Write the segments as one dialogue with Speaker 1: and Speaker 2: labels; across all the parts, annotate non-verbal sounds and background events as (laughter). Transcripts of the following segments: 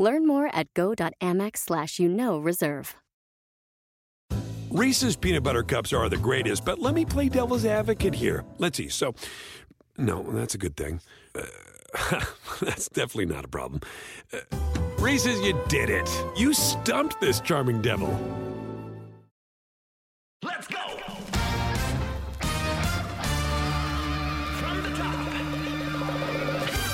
Speaker 1: Learn more at go.amex slash you know reserve.
Speaker 2: Reese's peanut butter cups are the greatest, but let me play devil's advocate here. Let's see. So, no, that's a good thing. Uh, (laughs) that's definitely not a problem. Uh, Reese's, you did it. You stumped this charming devil.
Speaker 3: Let's go! From the top.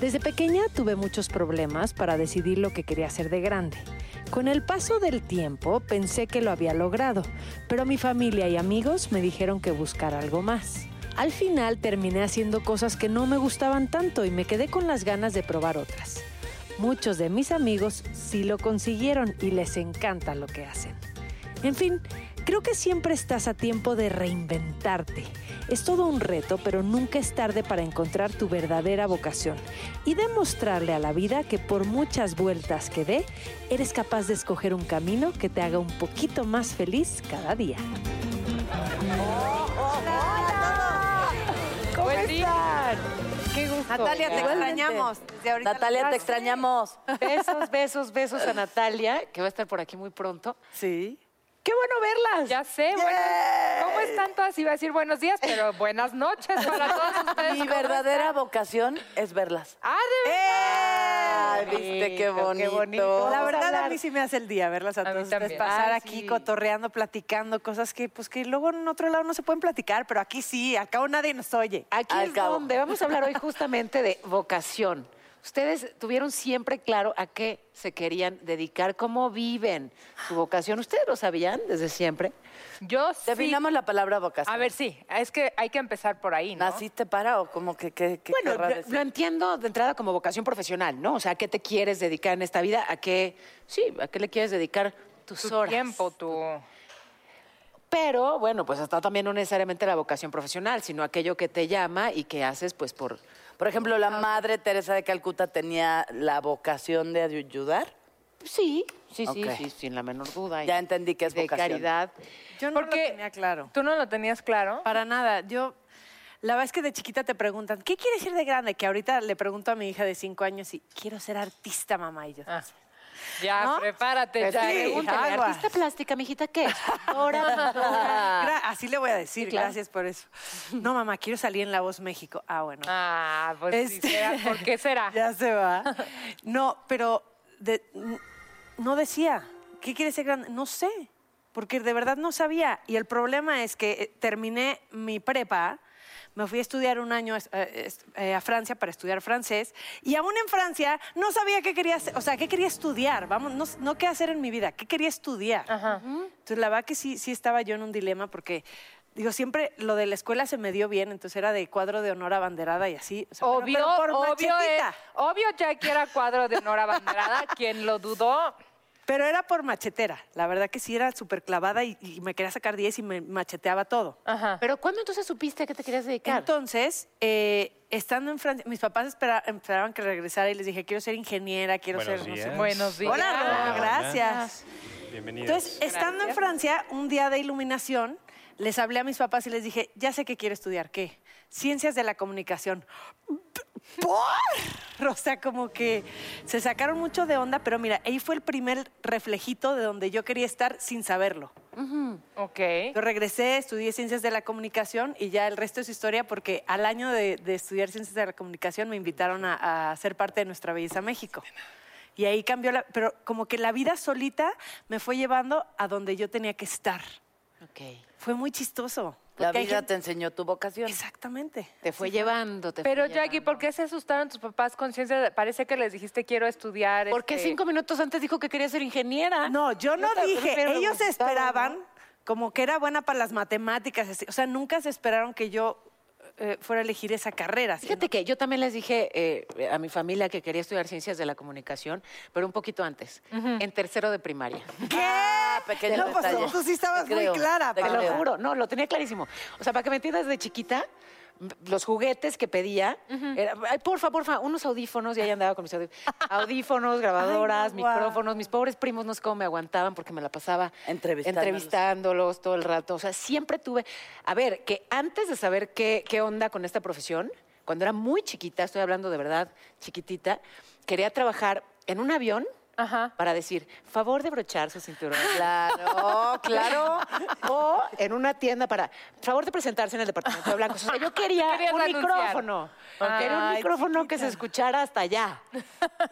Speaker 4: Desde pequeña tuve muchos problemas para decidir lo que quería hacer de grande. Con el paso del tiempo pensé que lo había logrado, pero mi familia y amigos me dijeron que buscara algo más. Al final terminé haciendo cosas que no me gustaban tanto y me quedé con las ganas de probar otras. Muchos de mis amigos sí lo consiguieron y les encanta lo que hacen. En fin, creo que siempre estás a tiempo de reinventarte. Es todo un reto, pero nunca es tarde para encontrar tu verdadera vocación y demostrarle a la vida que por muchas vueltas que dé, eres capaz de escoger un camino que te haga un poquito más feliz cada día.
Speaker 5: ¿Cómo están? Qué gusto.
Speaker 6: Natalia, te extrañamos. Desde ahorita
Speaker 7: Natalia,
Speaker 6: la-
Speaker 7: te extrañamos.
Speaker 5: Besos, besos, besos a Natalia, que va a estar por aquí muy pronto.
Speaker 6: Sí.
Speaker 5: ¡Qué bueno verlas! Ya sé, bueno. ¿Cómo están todas? Iba a decir buenos días, pero buenas noches (laughs) para todos ustedes.
Speaker 7: Mi
Speaker 5: ¿Cómo
Speaker 7: verdadera
Speaker 5: están?
Speaker 7: vocación es verlas.
Speaker 5: ¡Ah, de verdad!
Speaker 7: Ay, viste qué
Speaker 5: Qué
Speaker 7: bonito.
Speaker 5: bonito.
Speaker 6: La
Speaker 5: Vamos a
Speaker 6: verdad, a
Speaker 5: hablar.
Speaker 6: mí sí me hace el día verlas a,
Speaker 5: mí
Speaker 6: todos ustedes,
Speaker 5: también.
Speaker 6: Pasar
Speaker 5: Ah,
Speaker 6: aquí
Speaker 5: sí.
Speaker 6: cotorreando, platicando cosas que, pues, que luego en otro lado no se pueden platicar, pero aquí sí, acá nadie nos oye.
Speaker 5: Aquí
Speaker 7: Al
Speaker 5: es
Speaker 7: cabo.
Speaker 5: donde vamos a hablar hoy justamente de vocación. Ustedes tuvieron siempre claro a qué se querían dedicar, cómo viven su vocación. ¿Ustedes lo sabían desde siempre?
Speaker 8: Yo sí.
Speaker 7: Definamos la palabra vocación.
Speaker 8: A ver, sí, es que hay que empezar por ahí, ¿no?
Speaker 7: ¿Naciste para o como que, que, que
Speaker 5: Bueno,
Speaker 7: querrá
Speaker 5: lo,
Speaker 7: decir?
Speaker 5: lo entiendo de entrada como vocación profesional, ¿no? O sea, ¿a qué te quieres dedicar en esta vida? ¿A qué, sí, a qué le quieres dedicar tus
Speaker 8: Tu
Speaker 5: horas?
Speaker 8: tiempo, tu...
Speaker 5: Pero, bueno, pues está también no necesariamente la vocación profesional, sino aquello que te llama y que haces, pues, por...
Speaker 7: Por ejemplo, la madre Teresa de Calcuta tenía la vocación de ayudar.
Speaker 5: Sí, sí, sí,
Speaker 7: Ok.
Speaker 5: sí, sin la menor duda.
Speaker 7: Ya entendí que es
Speaker 5: de
Speaker 7: vocación.
Speaker 5: caridad.
Speaker 6: Yo no
Speaker 8: Porque
Speaker 6: lo tenía claro.
Speaker 8: ¿Tú no lo tenías claro?
Speaker 6: Para nada. Yo, la verdad es que de chiquita te preguntan, ¿qué quieres ser de grande? Que ahorita le pregunto a mi hija de cinco años y quiero ser artista, mamá. Y yo,
Speaker 8: Ah, Ya,
Speaker 6: ¿No?
Speaker 5: Pues
Speaker 8: prepárate, ya.
Speaker 6: Sí.
Speaker 5: Pregúntale,
Speaker 6: aguas.
Speaker 5: artista plástica, mijita, ¿qué? Ahora.
Speaker 6: (laughs) Gra- así le voy a decir,
Speaker 5: claro.
Speaker 6: gracias por eso. No, mamá, quiero salir en La Voz México. Ah, bueno.
Speaker 8: Ah, pues sí,
Speaker 6: Este-
Speaker 8: será. ¿por qué será?
Speaker 6: (laughs) Ya se
Speaker 8: (laughs)
Speaker 6: va. No, pero de- n- no decía. ¿Qué quiere ser grande? No sé. Porque de verdad no sabía. Y el problema es que eh, terminé mi prepa. Me fui a estudiar un año es- eh, es- eh, a Francia para estudiar francés. Y aún en Francia no sabía qué quería hacer. O sea, qué quería estudiar. Vamos, no, s- no qué hacer en mi vida. ¿Qué quería estudiar? Entonces, la verdad que sí, sí estaba yo en un dilema porque, digo, siempre lo de la escuela se me dio bien. Entonces era de cuadro de honor abanderada y así. O sea, pero-
Speaker 8: Obvio,
Speaker 6: pero por
Speaker 8: obvio, eh,
Speaker 6: machetita.
Speaker 8: obvio ya que era cuadro de honor abanderada. (laughs) Quien lo dudó,
Speaker 6: Pero era por machetera. La verdad que sí era súper clavada y, y me quería sacar 10 y me macheteaba todo.
Speaker 8: ajá.
Speaker 5: Pero ¿cuándo entonces supiste a qué te querías dedicar?
Speaker 6: Entonces, eh, estando en Francia, mis papás espera- esperaban que regresara y les dije, quiero ser ingeniera, quiero
Speaker 9: Buenos
Speaker 6: ser... no sé,
Speaker 9: días.
Speaker 8: Buenos días.
Speaker 6: Hola, Ro, gracias.
Speaker 9: Bienvenidos.
Speaker 6: Entonces, estando en Francia, un día de iluminación, les hablé a mis papás y les dije, ya sé que quiero estudiar, ¿qué? Ciencias de la comunicación. ¿Por? O sea, como que se sacaron mucho de onda, pero mira, ahí fue el primer reflejito de donde yo quería estar sin saberlo.
Speaker 8: Ok.
Speaker 6: Yo regresé, estudié ciencias de la comunicación y ya el resto es historia porque al año de, de estudiar ciencias de la comunicación me invitaron a, a ser parte de Nuestra Belleza México. Y ahí cambió la... Pero como que la vida solita me fue llevando a donde yo tenía que estar.
Speaker 9: Ok.
Speaker 6: Fue muy chistoso.
Speaker 7: La
Speaker 6: porque hay
Speaker 7: vida
Speaker 6: gente-
Speaker 7: te enseñó tu vocación.
Speaker 6: Exactamente.
Speaker 9: Te fue llevando, te
Speaker 8: Pero
Speaker 9: fue
Speaker 8: Jackie,
Speaker 9: llevando.
Speaker 8: ¿por qué se asustaron tus papás conciencia? de- Parece que les dijiste quiero estudiar.
Speaker 9: ¿Por qué
Speaker 8: este,
Speaker 9: cinco minutos antes dijo que quería ser
Speaker 7: Ah,
Speaker 9: ingeniera?
Speaker 6: No, yo no
Speaker 9: ta- pero
Speaker 6: dije. Ellos
Speaker 9: resultado,
Speaker 6: esperaban
Speaker 9: ¿no?
Speaker 6: como que era buena para las matemáticas. así. O sea, nunca se esperaron que yo eh, fuera a elegir esa carrera. sino-
Speaker 9: Fíjate que yo también les dije eh, a mi familia que quería estudiar ciencias de la comunicación, pero un poquito antes, en tercero de primaria.
Speaker 6: ¿Qué?
Speaker 7: Ah, pequeño
Speaker 6: no, pues
Speaker 7: detalle.
Speaker 6: tú sí estabas
Speaker 7: Te
Speaker 6: muy
Speaker 7: creo,
Speaker 6: clara,
Speaker 7: te
Speaker 9: Te
Speaker 6: Paola.
Speaker 9: lo
Speaker 7: creo.
Speaker 9: juro, no, lo tenía clarísimo. O sea, para que me entiendas, de chiquita, m- los juguetes que pedía, era, ay, porfa, porfa, unos audífonos, y ahí andaba con mis audífonos, audífonos
Speaker 6: (laughs)
Speaker 9: grabadoras,
Speaker 6: Ay, no, guau.
Speaker 9: micrófonos, mis pobres primos no sé cómo me aguantaban porque me la pasaba
Speaker 7: Entrevistándolos.
Speaker 9: entrevistándolos todo el rato. O sea, siempre tuve, a ver, que antes de saber qué, qué onda con esta profesión, cuando era muy chiquita, estoy hablando de verdad, chiquitita, quería trabajar en un avión.
Speaker 8: Ajá.
Speaker 9: Para decir, favor de brochar su cinturón.
Speaker 6: (laughs)
Speaker 7: Claro, Ah, (laughs) claro.
Speaker 9: O en una tienda para, por favor de presentarse en el departamento de blancos. O sea,
Speaker 6: (laughs)
Speaker 9: yo quería
Speaker 8: Querías
Speaker 9: un
Speaker 8: anunciar.
Speaker 9: micrófono. Quería un
Speaker 8: Ay,
Speaker 9: micrófono que se escuchara hasta allá.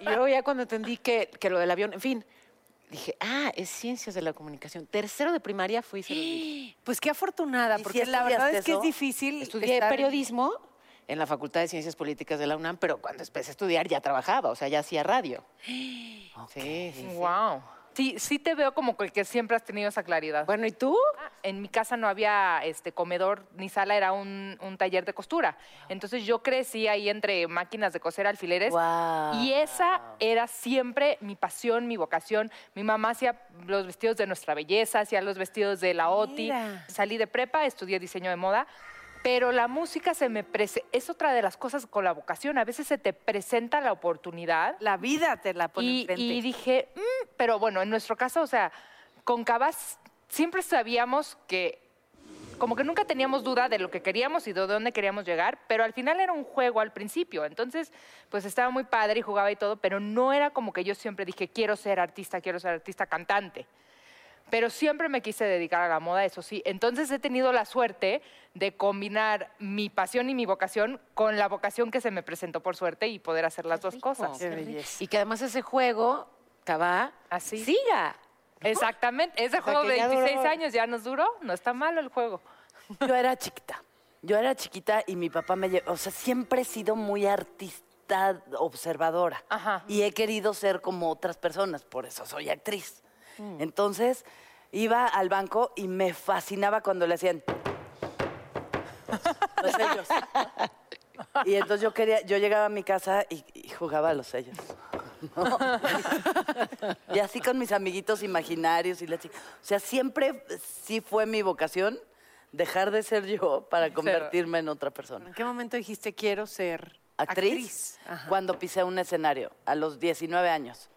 Speaker 9: Y yo ya cuando entendí que, que lo del avión, en fin, dije, ah, es ciencias de la comunicación. Tercero de primaria fui, se los
Speaker 6: (gasps)
Speaker 9: dije.
Speaker 6: Pues qué afortunada,
Speaker 7: ¿Y
Speaker 6: porque
Speaker 7: si
Speaker 6: la verdad
Speaker 7: estudiaste
Speaker 6: es que
Speaker 7: eso?
Speaker 6: es difícil.
Speaker 9: Estudié
Speaker 6: estar-
Speaker 9: periodismo en la Facultad de Ciencias Políticas de la UNAM, pero cuando empecé a estudiar ya trabajaba, o sea, ya hacía radio.
Speaker 6: (gasps)
Speaker 9: Sí, sí, sí.
Speaker 8: Wow. Sí, sí te veo como que que siempre has tenido esa claridad.
Speaker 9: Bueno, ¿y tú?
Speaker 8: En mi casa no había este comedor ni sala, era un, un taller de costura. Entonces yo crecí ahí entre máquinas de coser alfileres.
Speaker 7: Guau.
Speaker 8: Y esa era siempre mi pasión, mi vocación. Mi mamá hacía los vestidos de nuestra belleza, hacía los vestidos de la OTI.
Speaker 6: Mira.
Speaker 8: Salí de prepa, estudié diseño de moda. Pero la música se me prese- es otra de las cosas con la vocación. A veces se te presenta la oportunidad
Speaker 6: La vida te la pone
Speaker 8: y,
Speaker 6: enfrente.
Speaker 8: y dije, "Mm", pero bueno, en nuestro caso, o sea, con Cabas siempre sabíamos que, como que nunca teníamos duda de lo que queríamos y de dónde queríamos llegar, pero al final era un juego al principio, entonces pues estaba muy padre y jugaba y todo, pero no era como que yo siempre dije, quiero ser artista, quiero ser artista cantante. Pero siempre me quise dedicar a la moda, eso sí. Entonces he tenido la suerte de combinar mi pasión y mi vocación con la vocación que se me presentó por suerte y poder hacer las dos cosas.
Speaker 6: Qué belleza.
Speaker 9: Y que además ese juego, Cabá,
Speaker 6: ¿Ah,
Speaker 8: Así.
Speaker 9: siga.
Speaker 8: Exactamente, ese
Speaker 9: O sea,
Speaker 8: juego
Speaker 9: que
Speaker 8: de
Speaker 9: ya duró-
Speaker 8: 26 años ya nos duró, no está malo el juego.
Speaker 7: Yo era chiquita. Yo era chiquita y mi papá me llevó. O sea, siempre he sido muy artista observadora.
Speaker 8: Ajá.
Speaker 7: Y he querido ser como otras personas, por eso soy actriz. Entonces, iba al banco y me fascinaba cuando le hacían. Los sellos. Y entonces yo quería, yo llegaba a mi casa y, y jugaba a los sellos. ¿no? Y así con mis amiguitos imaginarios y la chica. O sea, siempre sí fue mi vocación dejar de ser yo para convertirme en otra persona.
Speaker 6: ¿En qué momento dijiste quiero ser
Speaker 7: Actriz,
Speaker 6: Ajá.
Speaker 7: cuando pisé un escenario a los 19 años.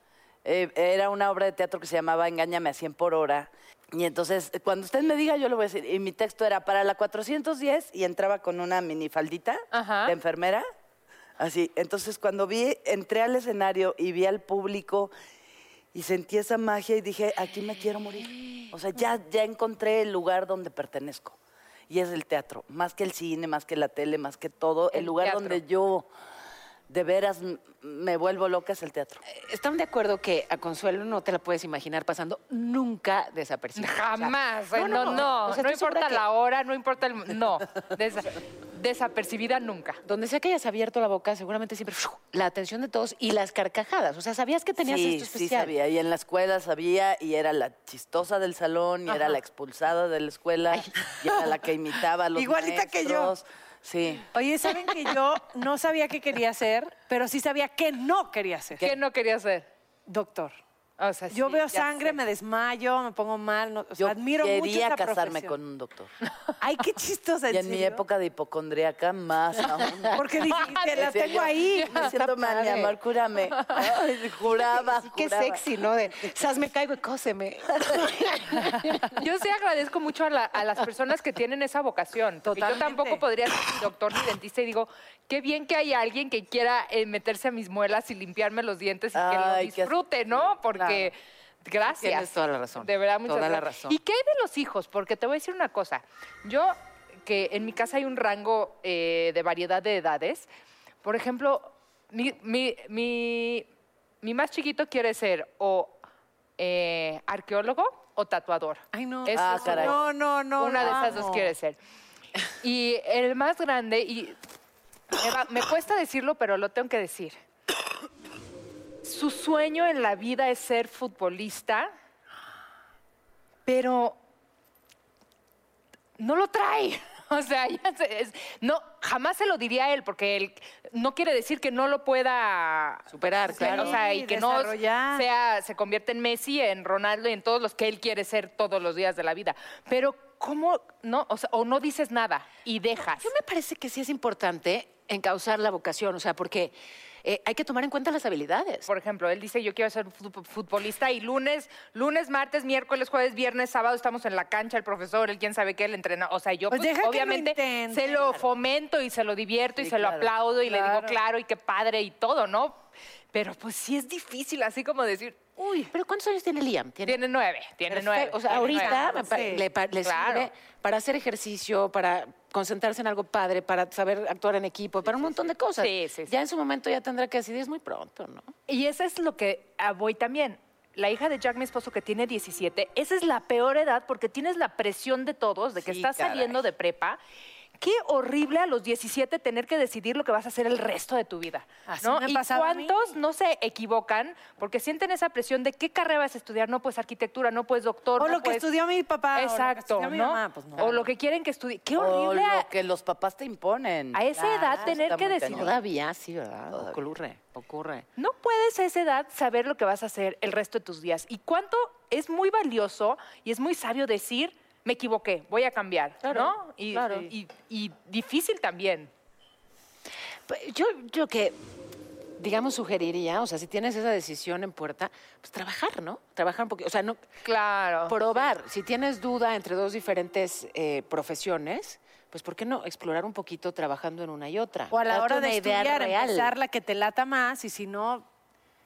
Speaker 7: Eh, era una obra de teatro que se llamaba Engáñame a 100 por hora. Y entonces, eh, cuando usted me diga, yo le voy a decir. Y mi texto era para la 410 y entraba con una minifaldita
Speaker 8: Ajá.
Speaker 7: de enfermera. Así. Entonces, cuando vi, entré al escenario y vi al público y sentí esa magia y dije, aquí me quiero morir. O sea, ya, ya encontré el lugar donde pertenezco. Y es el teatro, más que el cine, más que la tele, más que todo. El,
Speaker 8: El
Speaker 7: lugar
Speaker 8: teatro.
Speaker 7: donde yo de veras m- me vuelvo loca es el teatro.
Speaker 9: ¿Están de acuerdo que a Consuelo no te la puedes imaginar pasando nunca desapercibida?
Speaker 8: Jamás,
Speaker 9: O sea,
Speaker 8: eh, no, no, no,
Speaker 9: O sea, estoy segura
Speaker 8: importa
Speaker 9: que
Speaker 8: la hora, no importa el... No, desa- desapercibida nunca.
Speaker 9: Donde sea que hayas abierto la boca, seguramente siempre ¡fiu! la atención de todos y las carcajadas. O sea, sabías que tenías
Speaker 7: sí,
Speaker 9: esto
Speaker 7: sí
Speaker 9: especial.
Speaker 7: sabía. Y en la escuela sabía, y era la chistosa del salón, y era la expulsada de la escuela, y era la que imitaba
Speaker 6: (laughs)
Speaker 7: a los
Speaker 6: Igualita que yo.
Speaker 7: maestros. Sí.
Speaker 6: Oye, ¿saben que yo no sabía qué quería ser, pero sí sabía que no quería ser?
Speaker 8: ¿Qué no quería hacer?
Speaker 6: Doctor.
Speaker 8: O sea,
Speaker 6: Yo
Speaker 8: sí,
Speaker 6: veo
Speaker 8: ya
Speaker 6: sangre,
Speaker 8: sé.
Speaker 6: me desmayo, me pongo mal, no- o sea,
Speaker 7: Yo
Speaker 6: admiro mucho
Speaker 7: quería
Speaker 6: esa
Speaker 7: casarme
Speaker 6: profesión.
Speaker 7: con
Speaker 6: (laughs)
Speaker 7: un doctor.
Speaker 6: Ay, qué chistosa.
Speaker 7: Y en mi época de hipocondríaca, más
Speaker 6: (laughs)
Speaker 7: aún.
Speaker 6: Porque dijiste, la
Speaker 7: Decía
Speaker 6: tengo
Speaker 7: yo,
Speaker 6: ahí.
Speaker 7: (laughs) Me siento mal, mi
Speaker 9: padre.
Speaker 7: amor, cúrame. (laughs) Ay, juraba,
Speaker 9: (laughs) Qué
Speaker 7: juraba.
Speaker 9: sexy, ¿no? De, Sas, me caigo y cóseme.
Speaker 8: (laughs) Yo sí agradezco mucho a, la- a las personas que tienen esa vocación. porque Yo
Speaker 6: Totalmente.
Speaker 8: tampoco podría ser ni doctor ni dentista y digo, qué bien que hay alguien que quiera eh, meterse a mis muelas y limpiarme los dientes y
Speaker 7: Ay,
Speaker 8: que
Speaker 7: qué-
Speaker 8: lo disfrute, ¿no? Porque gracias.
Speaker 9: Tienes toda la razón,
Speaker 8: De verdad, muchas
Speaker 9: toda la
Speaker 8: gracias.
Speaker 9: razón.
Speaker 8: ¿Y qué hay de los hijos? Porque te voy a decir una cosa. Yo, que en mi casa hay un rango eh, de variedad de edades, por ejemplo, mi, mi- mi- mi más chiquito quiere ser o eh, arqueólogo o tatuador.
Speaker 10: Ay, no.
Speaker 8: Eso
Speaker 7: Ah,
Speaker 8: es
Speaker 7: caray.
Speaker 8: uno-
Speaker 10: No, no, no.
Speaker 8: Una de esas dos
Speaker 10: amo.
Speaker 8: quiere ser. Y el más grande, y me, va- me cuesta decirlo, pero lo tengo que decir. Su sueño en la vida es ser futbolista, pero no lo trae. (laughs) O sea, ya se- es- no, jamás se lo diría a él, porque él no quiere decir que no lo pueda
Speaker 9: Superar, claro.
Speaker 8: o sea, y que no
Speaker 10: desarrollar.
Speaker 8: sea, se convierte en Messi, en Ronaldo y en todos los que él quiere ser todos los días de la vida. Pero, ¿cómo no? O, sea, o no dices nada y dejas.
Speaker 9: Yo me parece que sí es importante encauzar la vocación, o sea, porque eh, hay que tomar en cuenta las habilidades.
Speaker 8: Por ejemplo, él dice, yo quiero ser fut- futbolista y lunes, lunes, martes, miércoles, jueves, viernes, sábado estamos en la cancha, el profesor, él quién sabe qué, él entrena. O sea, yo
Speaker 10: Pues
Speaker 8: pues,
Speaker 10: deja que lo
Speaker 8: obviamente
Speaker 10: intente,
Speaker 8: se lo fomento y se lo divierto y
Speaker 7: Sí,
Speaker 8: se lo
Speaker 7: claro,
Speaker 8: aplaudo y le
Speaker 10: claro.
Speaker 8: digo, claro, y qué padre y todo, ¿no? Pero pues sí es difícil, así como decir, uy,
Speaker 9: Pero ¿cuántos años tiene Liam?
Speaker 8: tiene nueve, tiene
Speaker 9: Perfecto.
Speaker 8: nueve.
Speaker 9: O sea,
Speaker 8: tiene nueve.
Speaker 9: ahorita me pa-
Speaker 10: Sí.
Speaker 9: le, pa- le
Speaker 8: Claro.
Speaker 9: sirve para hacer ejercicio, para concentrarse en algo padre, para saber actuar en equipo, para un montón de cosas.
Speaker 8: Sí, sí, sí.
Speaker 9: Ya en su momento ya tendrá que decidir, es muy pronto, ¿no?
Speaker 8: Y eso es lo que ah, voy también. La hija de Jack, mi esposo, que tiene 17, esa es la peor edad porque tienes la presión de todos, de que
Speaker 7: Sí,
Speaker 8: estás
Speaker 7: caray.
Speaker 8: saliendo de prepa. Qué horrible a los 17 tener que decidir lo que vas a hacer el resto de tu vida.
Speaker 10: Así
Speaker 8: ¿no?
Speaker 10: me
Speaker 8: y
Speaker 10: pasaba a mí.
Speaker 8: cuántos no se equivocan porque sienten esa presión de qué carrera vas a estudiar. No, pues arquitectura, no, pues doctor.
Speaker 10: O
Speaker 8: no,
Speaker 10: lo que
Speaker 8: pues-
Speaker 10: estudió mi papá. o lo que
Speaker 8: Exacto,
Speaker 10: estudió mi
Speaker 8: ¿no?
Speaker 10: mamá, pues no.
Speaker 8: O lo que quieren que estudie. Qué
Speaker 7: O
Speaker 8: horrible a-
Speaker 7: Oh, lo que los papás te imponen.
Speaker 8: a esa edad
Speaker 7: Eso
Speaker 8: tener
Speaker 7: está
Speaker 8: que
Speaker 7: muy
Speaker 8: decidir.
Speaker 7: cañón.
Speaker 9: Todavía, sí, ¿verdad?
Speaker 7: Todavía.
Speaker 9: Ocurre, ocurre.
Speaker 8: No puedes a esa edad saber lo que vas a hacer el resto de tus días. Y cuánto es muy valioso y es muy sabio decir, me equivoqué, voy a cambiar, ¿no? Y,
Speaker 9: claro.
Speaker 8: y- y difícil también.
Speaker 9: Pues, Yo, yo que, digamos, sugeriría, o sea, si tienes esa decisión en puerta, pues trabajar, ¿no? Trabajar un poquito, o sea, no,
Speaker 8: Claro.
Speaker 9: probar. Si tienes duda entre dos diferentes eh, profesiones, pues ¿por qué no explorar un poquito trabajando en una y otra?
Speaker 10: O a la
Speaker 9: Darte
Speaker 10: hora de
Speaker 9: una idea
Speaker 10: estudiar,
Speaker 9: real.
Speaker 10: empezar la que te lata más y si no,